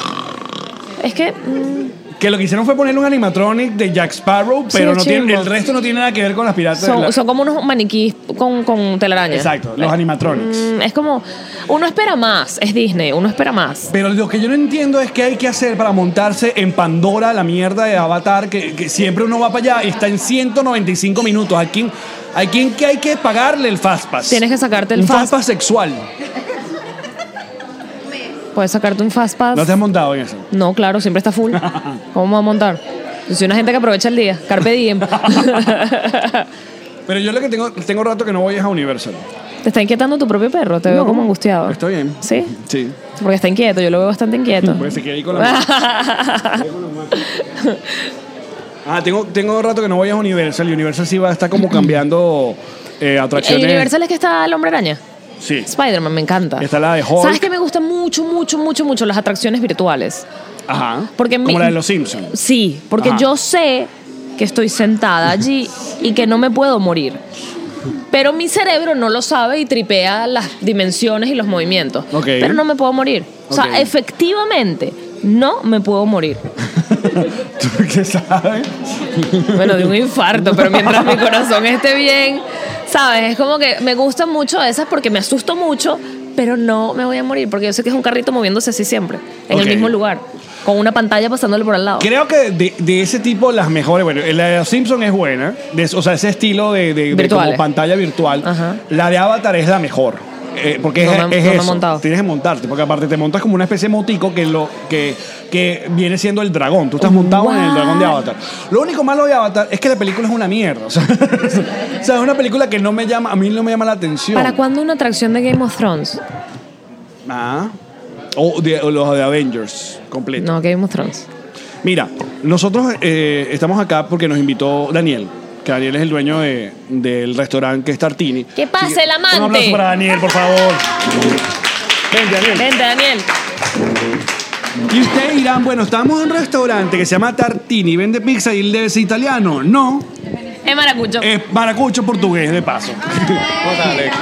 Speaker 2: Es que. mm,
Speaker 5: Que lo que hicieron fue ponerle un animatronic de Jack Sparrow,
Speaker 2: Sí,
Speaker 5: pero no
Speaker 2: chimbo.
Speaker 5: tiene, el resto no tiene nada que ver con las piratas.
Speaker 2: Son,
Speaker 5: de la-
Speaker 2: son como unos maniquís con, con telaraña.
Speaker 5: Exacto, los
Speaker 2: Eh,
Speaker 5: animatronics.
Speaker 2: mm, Es como. Uno espera más. Es Disney. Uno espera más.
Speaker 5: Pero lo que yo no entiendo es qué hay que hacer para montarse en Pandora, la mierda de Avatar, que, que siempre uno va para allá y está en 195 minutos. ¿A quién, a quién que hay que pagarle el Fastpass?
Speaker 2: Tienes que sacarte el
Speaker 5: Un
Speaker 2: fast-
Speaker 5: Fastpass sexual.
Speaker 2: Puedes sacarte un fast pass.
Speaker 5: No te has montado en eso.
Speaker 2: No, claro, siempre está full. ¿Cómo va a montar? Yo soy una gente que aprovecha el día. Carpe diem.
Speaker 5: Pero yo lo que tengo, tengo rato que no voy es a Universal.
Speaker 2: ¿Te está inquietando tu propio perro? Te veo
Speaker 5: No,
Speaker 2: como angustiado.
Speaker 5: está bien.
Speaker 2: Ah. ¿Sí?
Speaker 5: Sí.
Speaker 2: Porque está inquieto. Yo lo veo bastante inquieto.
Speaker 5: Pues se queda ahí con la Ah, tengo, tengo rato que no voy a Universal y Universal sí va a estar como cambiando eh,
Speaker 2: ¿El
Speaker 5: atracciones.
Speaker 2: Universal es que está el hombre araña?
Speaker 5: Sí.
Speaker 2: Spider-Man, me encanta.
Speaker 5: Está la de Hulk.
Speaker 2: ¿Sabes que me gustan mucho, mucho, mucho, mucho las atracciones virtuales?
Speaker 5: Ajá.
Speaker 2: Porque
Speaker 5: como
Speaker 2: mi-
Speaker 5: la de los Simpsons.
Speaker 2: Sí, porque
Speaker 5: Ajá.
Speaker 2: yo sé que estoy sentada allí y que no me puedo morir. Pero mi cerebro no lo sabe y tripea las dimensiones y los movimientos.
Speaker 5: Ok.
Speaker 2: Pero no me puedo morir. O sea,
Speaker 5: Ok.
Speaker 2: efectivamente, no me puedo morir.
Speaker 5: ¿Tú qué sabes?
Speaker 2: Bueno, de un infarto, pero mientras mi corazón esté bien, ¿sabes? Es como que me gustan mucho esas porque me asusto mucho, pero no me voy a morir porque yo sé que es un carrito moviéndose así siempre, en
Speaker 5: Ok.
Speaker 2: el mismo lugar, con una pantalla pasándole por al lado.
Speaker 5: Creo que de, de ese tipo las mejores, bueno, la de los Simpsons es buena, de- o sea, ese estilo de, de- de
Speaker 2: Virtuales.
Speaker 5: como pantalla virtual.
Speaker 2: Ajá.
Speaker 5: La de Avatar es la mejor. eh, porque es,
Speaker 2: No me-
Speaker 5: es
Speaker 2: no me he
Speaker 5: eso,
Speaker 2: montado.
Speaker 5: tienes que montarte, porque aparte te montas como una especie de motico que, lo, que, que viene siendo el dragón. Tú estás
Speaker 2: Oh,
Speaker 5: montado en el
Speaker 2: What?
Speaker 5: dragón de Avatar. Lo único malo de Avatar es que la película es una mierda. O sea, o sea, es una película que no me llama, a mí no me llama la atención.
Speaker 2: ¿Para cuándo una atracción de Game of Thrones?
Speaker 5: Ah. O, de, o los de Avengers completo.
Speaker 2: No, Game of Thrones.
Speaker 5: Mira, nosotros eh, estamos acá porque nos invitó Daniel. Que Daniel es el dueño de- del restaurante que es Tartini.
Speaker 2: ¡Que pase
Speaker 5: Así
Speaker 2: el amante!
Speaker 5: Un aplauso para Daniel, por favor. Vente, Daniel.
Speaker 2: Vente, Daniel.
Speaker 5: Y ustedes dirán, bueno, estamos en un restaurante que se llama Tartini, vende pizza y él debe ser italiano. No,
Speaker 2: Es maracucho.
Speaker 8: Eh.
Speaker 5: es maracucho portugués, de paso.
Speaker 2: Ah.
Speaker 5: ¿Cómo estás, Alex?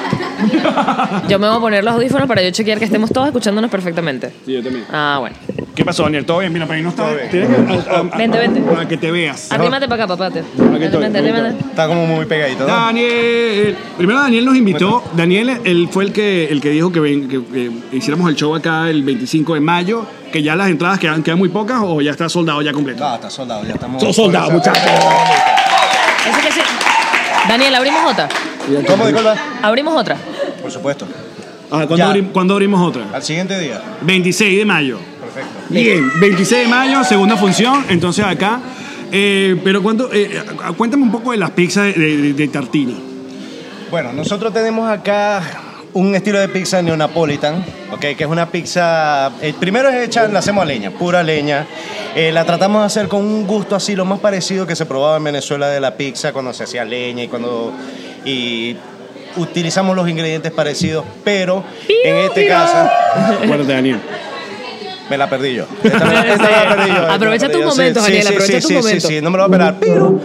Speaker 2: Yo me voy a poner los audífonos para yo chequear que estemos todos escuchándonos perfectamente.
Speaker 5: Sí, yo también.
Speaker 2: Ah, bueno.
Speaker 5: ¿Qué pasó, Daniel? ¿Todo bien? Mira, para ahí no está. Tienes que- a- a-
Speaker 2: Vente, vente.
Speaker 5: Para que te veas.
Speaker 2: Arrímate para acá, papá.
Speaker 5: Aquí estoy,
Speaker 2: Arrímate,
Speaker 5: aquí estoy.
Speaker 2: arrímate.
Speaker 8: Está como muy pegadito, ¿no?
Speaker 5: Daniel. Primero Daniel nos invitó. Daniel él fue el que, el que dijo que, ven- que- que hiciéramos el show acá el 25 de mayo, que ya las entradas quedan, quedan muy pocas o ya está soldado ya completo.
Speaker 8: No, está soldado, ya estamos.
Speaker 5: Son soldados, muchachos.
Speaker 2: Eso que sí. Daniel, abrimos otra.
Speaker 8: ¿Cómo, disculpa?
Speaker 2: Abrimos otra.
Speaker 8: Por supuesto.
Speaker 5: Ah, ¿cuándo,
Speaker 8: Ya.
Speaker 5: abrim- cuándo abrimos otra?
Speaker 8: Al siguiente día.
Speaker 5: 26 de mayo.
Speaker 8: Perfecto.
Speaker 5: Bien, 26 de mayo, segunda función, entonces acá. Eh, pero cuánto, eh, cuéntame un poco de las pizzas de, de- de Tartini.
Speaker 8: Bueno, nosotros tenemos acá un estilo de pizza neonapolitan, ¿ok? que es una pizza, el primero es hecha, la hacemos a leña, pura leña. Eh, la tratamos de hacer con un gusto así, lo más parecido que se probaba en Venezuela de la pizza cuando se hacía leña y cuando... Y utilizamos los ingredientes parecidos, pero en este caso...
Speaker 5: Acuérdate, Daniel.
Speaker 8: Me la perdí yo. Esta me- esta me la perdí yo, esta
Speaker 2: Aprovecha
Speaker 8: me la perdí
Speaker 2: tus
Speaker 8: yo.
Speaker 2: momentos, Ariel, aprovecha tus
Speaker 8: sí,
Speaker 2: momentos.
Speaker 8: Sí, sí, no me lo voy a esperar. Pero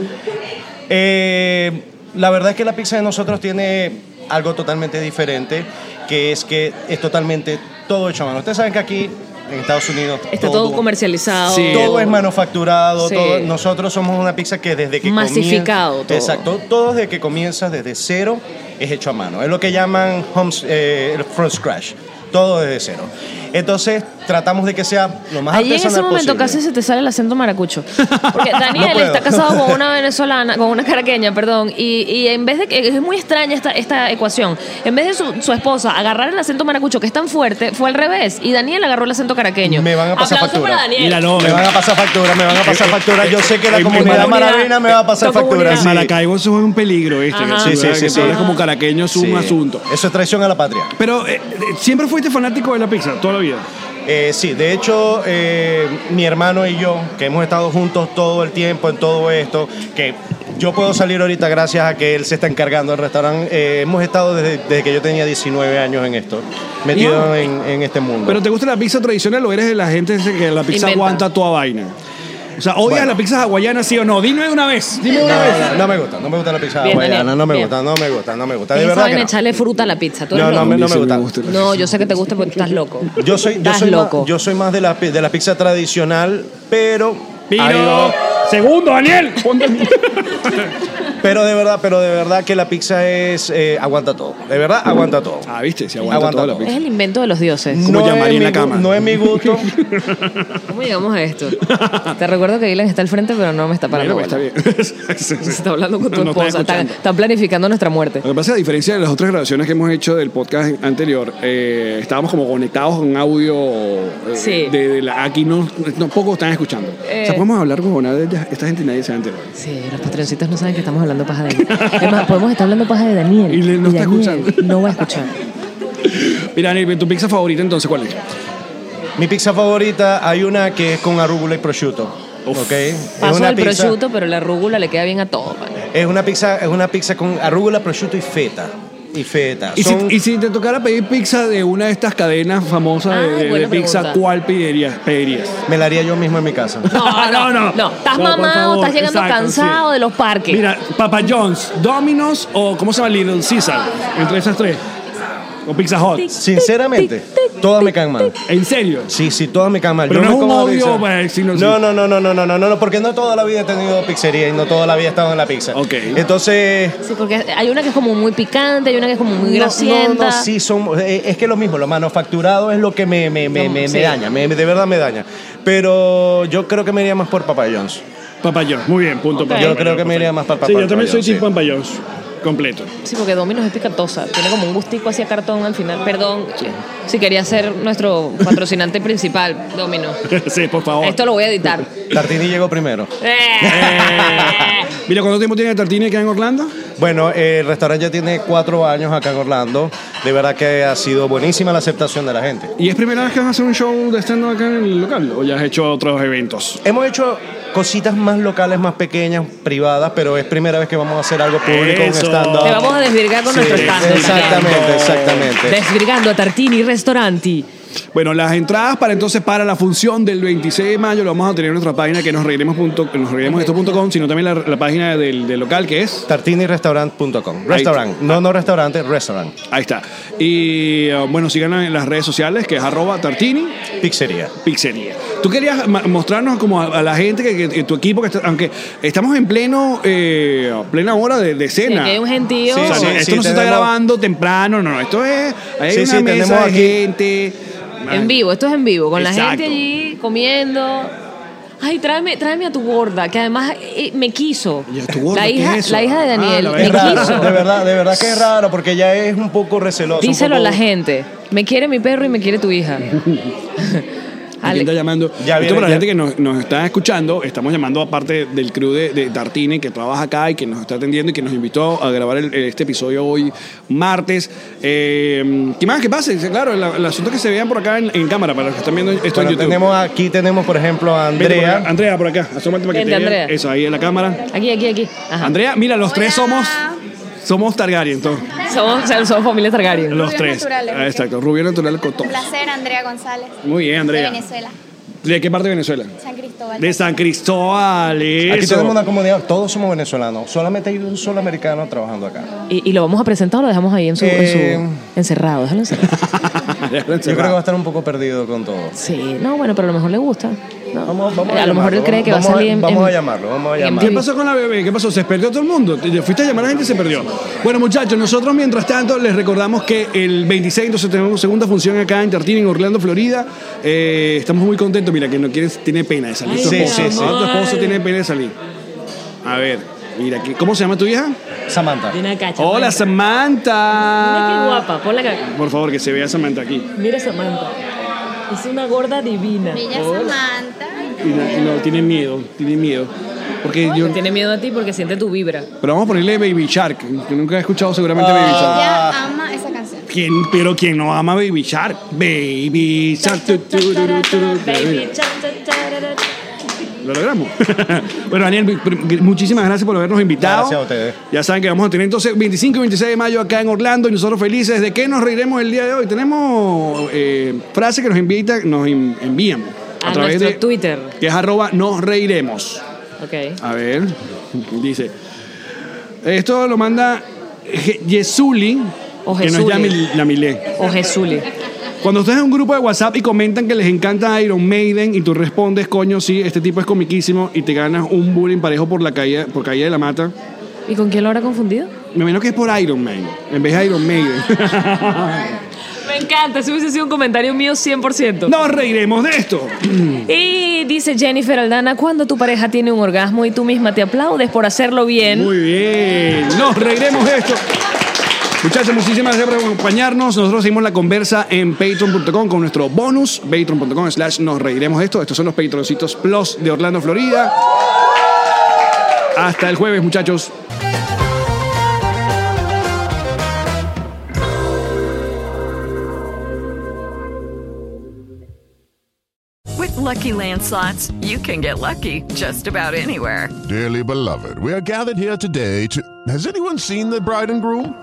Speaker 8: eh, la verdad es que la pizza de nosotros tiene algo totalmente diferente, que es que es totalmente todo hecho a mano. Ustedes saben que aquí en Estados Unidos
Speaker 2: Está todo comercializado.
Speaker 8: Sí, todo es manufacturado.
Speaker 2: Sí.
Speaker 8: todo- nosotros somos una pizza que desde que comienza-
Speaker 2: Masificado todo.
Speaker 8: Exacto. Todo desde que comienzas desde cero es hecho a mano. Es lo que llaman home, eh, from scratch. Todo desde cero. Entonces tratamos de que sea lo más
Speaker 2: Allí en ese
Speaker 8: artesanal
Speaker 2: momento
Speaker 8: posible.
Speaker 2: casi se te sale el acento maracucho. Porque
Speaker 8: No
Speaker 2: Daniel
Speaker 8: puedo.
Speaker 2: está casado con una venezolana, con una caraqueña, perdón. Y, y en vez de que es muy extraña esta, esta ecuación, en vez de su, su esposa agarrar el acento maracucho, que es tan fuerte, fue al revés. Y Daniel agarró el acento caraqueño.
Speaker 8: Me van a pasar
Speaker 2: Aplauso
Speaker 8: factura.
Speaker 2: para Daniel.
Speaker 5: Y la no- Eh,
Speaker 8: Me van a pasar factura, me van a pasar factura. Yo sé que la
Speaker 5: En- en
Speaker 8: comunidad
Speaker 2: Maracuná-
Speaker 8: maravina me va a pasar
Speaker 2: tu comunidad.
Speaker 8: factura.
Speaker 5: En
Speaker 8: sí.
Speaker 5: Maracaibo eso es un peligro, ¿viste?
Speaker 2: Ajá.
Speaker 8: Sí, sí,
Speaker 5: Que
Speaker 8: sí,
Speaker 5: tú
Speaker 8: sí.
Speaker 5: hablas como caraqueño es un
Speaker 8: Sí.
Speaker 5: asunto.
Speaker 8: Eso es traición a la patria.
Speaker 5: Pero eh, eh, siempre fuiste fanático de la pizza, toda la vida.
Speaker 8: Eh, sí, de hecho, eh, mi hermano y yo, que hemos estado juntos todo el tiempo en todo esto, que yo puedo salir ahorita gracias a que él se está encargando del restaurante, eh, hemos estado desde, desde que yo tenía 19 años en esto, metido
Speaker 5: Ya.
Speaker 8: en, en este mundo.
Speaker 5: Pero te gusta la pizza tradicional o eres de la gente ese que la pizza
Speaker 2: Inventa.
Speaker 5: aguanta toda vaina. O sea, odias
Speaker 8: Bueno.
Speaker 5: la pizza hawaiana sí o no. Dime de una vez. Dime de
Speaker 8: no,
Speaker 5: una vez.
Speaker 8: no, no me gusta, no me gusta la pizza
Speaker 2: Bien,
Speaker 8: hawaiana,
Speaker 2: Daniel,
Speaker 8: no me
Speaker 2: bien.
Speaker 8: gusta, no me gusta, no me gusta, de
Speaker 2: Ellos
Speaker 8: verdad
Speaker 2: saben
Speaker 8: que no.
Speaker 2: echarle fruta a la pizza. ¿Tú
Speaker 8: No,
Speaker 2: eres
Speaker 8: no,
Speaker 2: loco?
Speaker 8: me, no
Speaker 5: Sí,
Speaker 8: me
Speaker 5: me
Speaker 8: gusta.
Speaker 5: gusta.
Speaker 2: No, yo sé que te gusta porque tú estás loco.
Speaker 8: Yo soy, yo
Speaker 2: Estás
Speaker 8: soy, más,
Speaker 2: loco.
Speaker 8: yo soy más de la, pi- de la pizza tradicional, pero
Speaker 9: Vino.
Speaker 8: Adiós.
Speaker 9: Segundo, Daniel. Ponte el-
Speaker 8: Pero de verdad, pero de verdad que la pizza es. eh, aguanta todo. De verdad, aguanta todo.
Speaker 5: Ah, viste, se aguanta,
Speaker 8: Aguanta
Speaker 5: toda la
Speaker 8: todo.
Speaker 2: Es
Speaker 5: pizza.
Speaker 2: el invento de los dioses.
Speaker 5: Como
Speaker 8: es
Speaker 5: llamaría en
Speaker 8: mi
Speaker 5: la
Speaker 8: gu-
Speaker 5: cama.
Speaker 8: No es mi gusto.
Speaker 2: ¿Cómo llegamos a esto? Te recuerdo que Dylan está al frente, pero no me está
Speaker 5: Mira,
Speaker 2: parando.
Speaker 5: pues, está
Speaker 2: bola.
Speaker 5: bien. Sí, sí, sí.
Speaker 2: Está hablando con tu
Speaker 5: No, no están
Speaker 2: esposa. Están,
Speaker 5: escuchando.
Speaker 2: están planificando nuestra muerte.
Speaker 5: Lo que pasa, a diferencia de las otras grabaciones que hemos hecho del podcast anterior, eh, estábamos como conectados con audio. eh,
Speaker 2: Sí.
Speaker 5: de, de la, aquí no, no pocos están escuchando. O
Speaker 2: Eh.
Speaker 5: sea, podemos hablar con esta gente y nadie se va a enterar.
Speaker 2: Sí, los patroncitos no saben que estamos hablando paja de Daniel. Es más, podemos estar hablando paja de Daniel.
Speaker 5: Y le- no está
Speaker 2: Daniel
Speaker 5: escuchando.
Speaker 2: No va a escuchar.
Speaker 5: Mira, Daniel, ¿tu pizza favorita entonces cuál es?
Speaker 8: Mi pizza favorita, hay una que es con arúgula y prosciutto. ¿ok? es
Speaker 2: Paso
Speaker 8: una
Speaker 2: del
Speaker 8: pizza,
Speaker 2: prosciutto, pero la rúgula le queda bien a todo, man.
Speaker 8: Es una pizza, es una pizza con arúgula, prosciutto y feta. Y feta.
Speaker 5: Y,
Speaker 8: Son-
Speaker 5: si, y si te tocara pedir pizza de una de estas cadenas famosas
Speaker 2: Ah,
Speaker 5: de- de, de
Speaker 2: buena
Speaker 5: pizza,
Speaker 2: pregunta.
Speaker 5: ¿cuál pedirías? pedirías?
Speaker 8: Me la haría yo mismo en mi casa.
Speaker 2: No, no, no. No, estás
Speaker 5: por
Speaker 2: mamado,
Speaker 5: favor,
Speaker 2: estás llegando
Speaker 5: exacto,
Speaker 2: cansado
Speaker 5: sí.
Speaker 2: de los parques.
Speaker 9: Mira, Papa John's, Domino's o ¿cómo se llama? Little Caesar. Entre esas tres. O Pizza Hut.
Speaker 8: Sinceramente, todas me caen mal.
Speaker 9: En serio.
Speaker 8: Sí, sí, todas me caen mal.
Speaker 9: Pero
Speaker 8: Yo
Speaker 9: no es un
Speaker 8: como
Speaker 9: odio,
Speaker 8: pizza.
Speaker 9: pues, sino-
Speaker 8: no, no, no, no, no, no, no, no, no, porque no toda la vida he tenido pizzería y no toda la vida he estado en la pizza.
Speaker 5: Ok.
Speaker 8: Entonces,
Speaker 2: Sí, porque hay una que es como muy picante, hay una que es como muy
Speaker 8: No,
Speaker 2: grasienta.
Speaker 8: No, no, sí, son, eh, es que lo mismo, lo manufacturado es lo que me, me, me,
Speaker 2: No,
Speaker 8: me- me
Speaker 2: sí.
Speaker 8: daña, me- de verdad me daña. Pero yo creo que me iría más por Papa John's.
Speaker 9: Papa John's. Muy bien, punto.
Speaker 2: Ok.
Speaker 9: para
Speaker 2: Yo
Speaker 9: Papa
Speaker 8: creo que
Speaker 9: John's.
Speaker 8: me iría más para
Speaker 9: Sí,
Speaker 8: Papa
Speaker 9: yo también soy
Speaker 8: John's,
Speaker 9: team
Speaker 8: sí.
Speaker 9: Papa John's. Completo.
Speaker 2: Sí, porque Domino's es picantosa. Tiene como un gustico así a cartón al final. Perdón, eh, si quería ser nuestro patrocinante principal, Domino's.
Speaker 9: sí, por favor.
Speaker 2: Esto lo voy a editar.
Speaker 8: Tartini llegó primero.
Speaker 2: Eh.
Speaker 5: Mira, ¿cuánto tiempo tiene Tartini acá en Orlando?
Speaker 8: Bueno, eh, el restaurante ya tiene cuatro años acá en Orlando. De verdad que ha sido buenísima la aceptación de la gente.
Speaker 5: ¿Y es primera vez que vas a hacer un show de stand-up acá en el local? ¿O ya has hecho otros eventos?
Speaker 8: Hemos hecho cositas más locales, más pequeñas, privadas, pero es primera vez que vamos a hacer algo público, un
Speaker 9: Eso.
Speaker 8: stand-up.
Speaker 2: Te vamos a desvirgar con nuestro stand-up.
Speaker 8: Exactamente, exactamente.
Speaker 2: Desvirgando a Tartini Restauranti.
Speaker 5: Bueno, las entradas para entonces para la función del 26 de mayo lo vamos a tener en nuestra página que nos reiremos punto- nos reiremos esto punto com, sino también la, la página del, del local que es.
Speaker 8: Tartinirestaurant.com. Restaurant. No, no restaurante, restaurant.
Speaker 5: Ahí está. Y eh, bueno, síganos en las redes sociales que es arroba tartini
Speaker 8: Pizzería.
Speaker 5: pizzería. Tú querías ma- mostrarnos como a, a la gente que, que- que tu equipo, que está- aunque estamos en pleno eh, plena hora de, de
Speaker 2: Sí,
Speaker 5: cena.
Speaker 2: aquí hay un gentío.
Speaker 8: Sí,
Speaker 5: O sea,
Speaker 8: sí.
Speaker 5: no, esto no se está
Speaker 8: tenemos-
Speaker 5: grabando temprano, no, no, esto es. Hay
Speaker 8: Sí,
Speaker 5: una
Speaker 8: sí,
Speaker 5: mesa
Speaker 8: tenemos
Speaker 5: de
Speaker 8: aquí-
Speaker 5: gente.
Speaker 2: En vivo, esto es en vivo, con la
Speaker 5: Exacto.
Speaker 2: gente allí comiendo. Ay, tráeme, tráeme a tu gorda, que además eh, me quiso.
Speaker 5: ¿Y a tu gorda?
Speaker 2: La
Speaker 5: ¿Qué
Speaker 2: hija,
Speaker 5: es eso?
Speaker 2: la hija de
Speaker 5: Ah,
Speaker 2: Daniel
Speaker 5: la
Speaker 2: me
Speaker 8: Es raro,
Speaker 2: quiso.
Speaker 8: de verdad, de verdad que es raro, porque ya es un poco receloso. un
Speaker 2: Díselo a
Speaker 8: poco-
Speaker 2: la gente. Me quiere mi perro y me quiere tu hija.
Speaker 5: ¿Quién
Speaker 2: Ale-
Speaker 5: está llamando?
Speaker 8: Ya
Speaker 5: Esto
Speaker 8: viene,
Speaker 5: para la
Speaker 8: ya.
Speaker 5: gente que nos, nos está escuchando, estamos llamando aparte del crew de, de Tartine que trabaja acá y que nos está atendiendo y que nos invitó a grabar el- este episodio hoy martes. Eh, ¿Qué más que pase? Claro, el, el asunto es que se vean por acá en, en cámara para los que están viendo esto
Speaker 8: Bueno,
Speaker 5: en YouTube.
Speaker 8: tenemos aquí tenemos, por ejemplo, a
Speaker 5: Vente por acá,
Speaker 8: Andrea.
Speaker 5: Andrea, por acá. Asómate para que
Speaker 2: Vente,
Speaker 5: te vean.
Speaker 2: Andrea.
Speaker 5: Eso, ahí en la cámara.
Speaker 2: Aquí, aquí, aquí. Ajá.
Speaker 5: Andrea, mira, los tres somos... Somos Targaryen, entonces.
Speaker 2: Somos, o sea, somos familia Targaryen.
Speaker 5: Los
Speaker 10: Rubios
Speaker 5: tres.
Speaker 10: naturales,
Speaker 5: Ah,
Speaker 10: ok.
Speaker 5: Exacto, rubio natural con
Speaker 10: Un
Speaker 5: todos.
Speaker 10: placer, Andrea González.
Speaker 5: Muy bien,
Speaker 10: De
Speaker 5: Andrea.
Speaker 10: Venezuela,
Speaker 5: ¿De qué parte de Venezuela?
Speaker 10: San Cristóbal.
Speaker 5: De San Cristóbal,
Speaker 8: Aquí
Speaker 5: eso.
Speaker 8: tenemos una comunidad, todos somos venezolanos, solamente hay un solo americano trabajando acá.
Speaker 2: ¿Y, y lo vamos a presentar o lo dejamos ahí en su, en su-
Speaker 8: Eh.
Speaker 2: encerrado? Déjalo encerrado.
Speaker 8: Yo creo que va a estar un poco perdido con todo.
Speaker 2: Sí, no, bueno, pero a lo mejor le gusta. No.
Speaker 8: Vamos- vamos
Speaker 2: a,
Speaker 8: a
Speaker 2: lo mejor
Speaker 8: llamarlo,
Speaker 2: él cree que va a
Speaker 8: vamos a-
Speaker 2: salir en-
Speaker 8: vamos
Speaker 2: en-
Speaker 8: a llamarlo, vamos a
Speaker 2: en
Speaker 8: llamarlo.
Speaker 5: ¿Qué
Speaker 2: vivo.
Speaker 5: pasó con la bebé? ¿Qué pasó? ¿Se perdió todo el mundo? Te- te Fuiste a llamar a la gente y se perdió. Bueno, muchachos, nosotros mientras tanto les recordamos que el 26 entonces tenemos segunda función acá en Tartini, en Orlando, Florida. Eh, estamos muy contentos. Mira, que no quiere, tiene pena de salir.
Speaker 2: Ay,
Speaker 5: Su
Speaker 8: Sí,
Speaker 5: esposo-
Speaker 8: sí, sí.
Speaker 5: Tu esposo tiene pena de salir. A ver, mira, aquí- ¿cómo se llama tu hija?
Speaker 8: Samantha.
Speaker 2: Viene acá, Samantha.
Speaker 5: Hola, Samantha.
Speaker 2: Mira qué guapa, ponla acá.
Speaker 5: Por favor, que se vea Samantha aquí.
Speaker 2: Mira Samantha. Es una gorda divina.
Speaker 10: Bella Samantha.
Speaker 5: Y no, y no, tiene miedo, tiene miedo. Porque yo...
Speaker 2: Tiene miedo a ti porque siente tu vibra.
Speaker 5: Pero vamos a ponerle Baby Shark, que nunca he escuchado
Speaker 2: Ah.
Speaker 5: seguramente Baby Shark.
Speaker 10: Ella ama esa canción.
Speaker 5: ¿Quién, pero quien no ama Baby Shark? Baby Shark. tu, tu, ru, ru, tu, ru,
Speaker 2: Baby, cha, cha, cha, ra, ra.
Speaker 5: Lo logramos. bueno, Daniel, pr- muchísimas gracias por habernos invitado.
Speaker 8: Gracias a ustedes.
Speaker 5: Ya saben que vamos a tener entonces 25 y 26 de mayo acá en Orlando y nosotros felices. ¿De qué nos reiremos el día de hoy? Tenemos eh, frases que nos invita, nos in- envían a,
Speaker 2: A
Speaker 5: través de
Speaker 2: nuestro Twitter.
Speaker 5: que es arroba nos reiremos.
Speaker 2: Ok.
Speaker 5: A ver, dice. Esto lo manda Je- Yesuli,
Speaker 2: O
Speaker 5: que nos
Speaker 2: Jesuli.
Speaker 5: llame la Milé.
Speaker 2: O Jesuli.
Speaker 5: Cuando ustedes en un grupo de WhatsApp y comentan que les encanta Iron Maiden y tú respondes, coño, sí, este tipo es comiquísimo y te ganas un bullying parejo por la caída, por caída de la mata,
Speaker 2: ¿Y con quién lo habrá confundido?
Speaker 5: me imagino que es por Iron Man, en vez de Iron Maiden.
Speaker 2: Me encanta, ese hubiese sido un comentario mío 100%.
Speaker 5: ¡Nos reiremos de esto!
Speaker 2: Y dice Jennifer Aldana, cuando tu pareja tiene un orgasmo y tú misma te aplaudes por hacerlo bien.
Speaker 5: Muy bien, nos reiremos de esto. Muchachos, muchísimas gracias por acompañarnos. Nosotros seguimos la conversa en patreon.com con nuestro bonus, patreon.com slash nos reiremos de esto. Estos son los patroncitos plus de Orlando, Florida. Hasta el jueves, muchachos.
Speaker 11: With Lucky Land slots, you can get lucky just about anywhere.
Speaker 12: Dearly beloved, we are gathered here today to. Has anyone seen the bride and groom?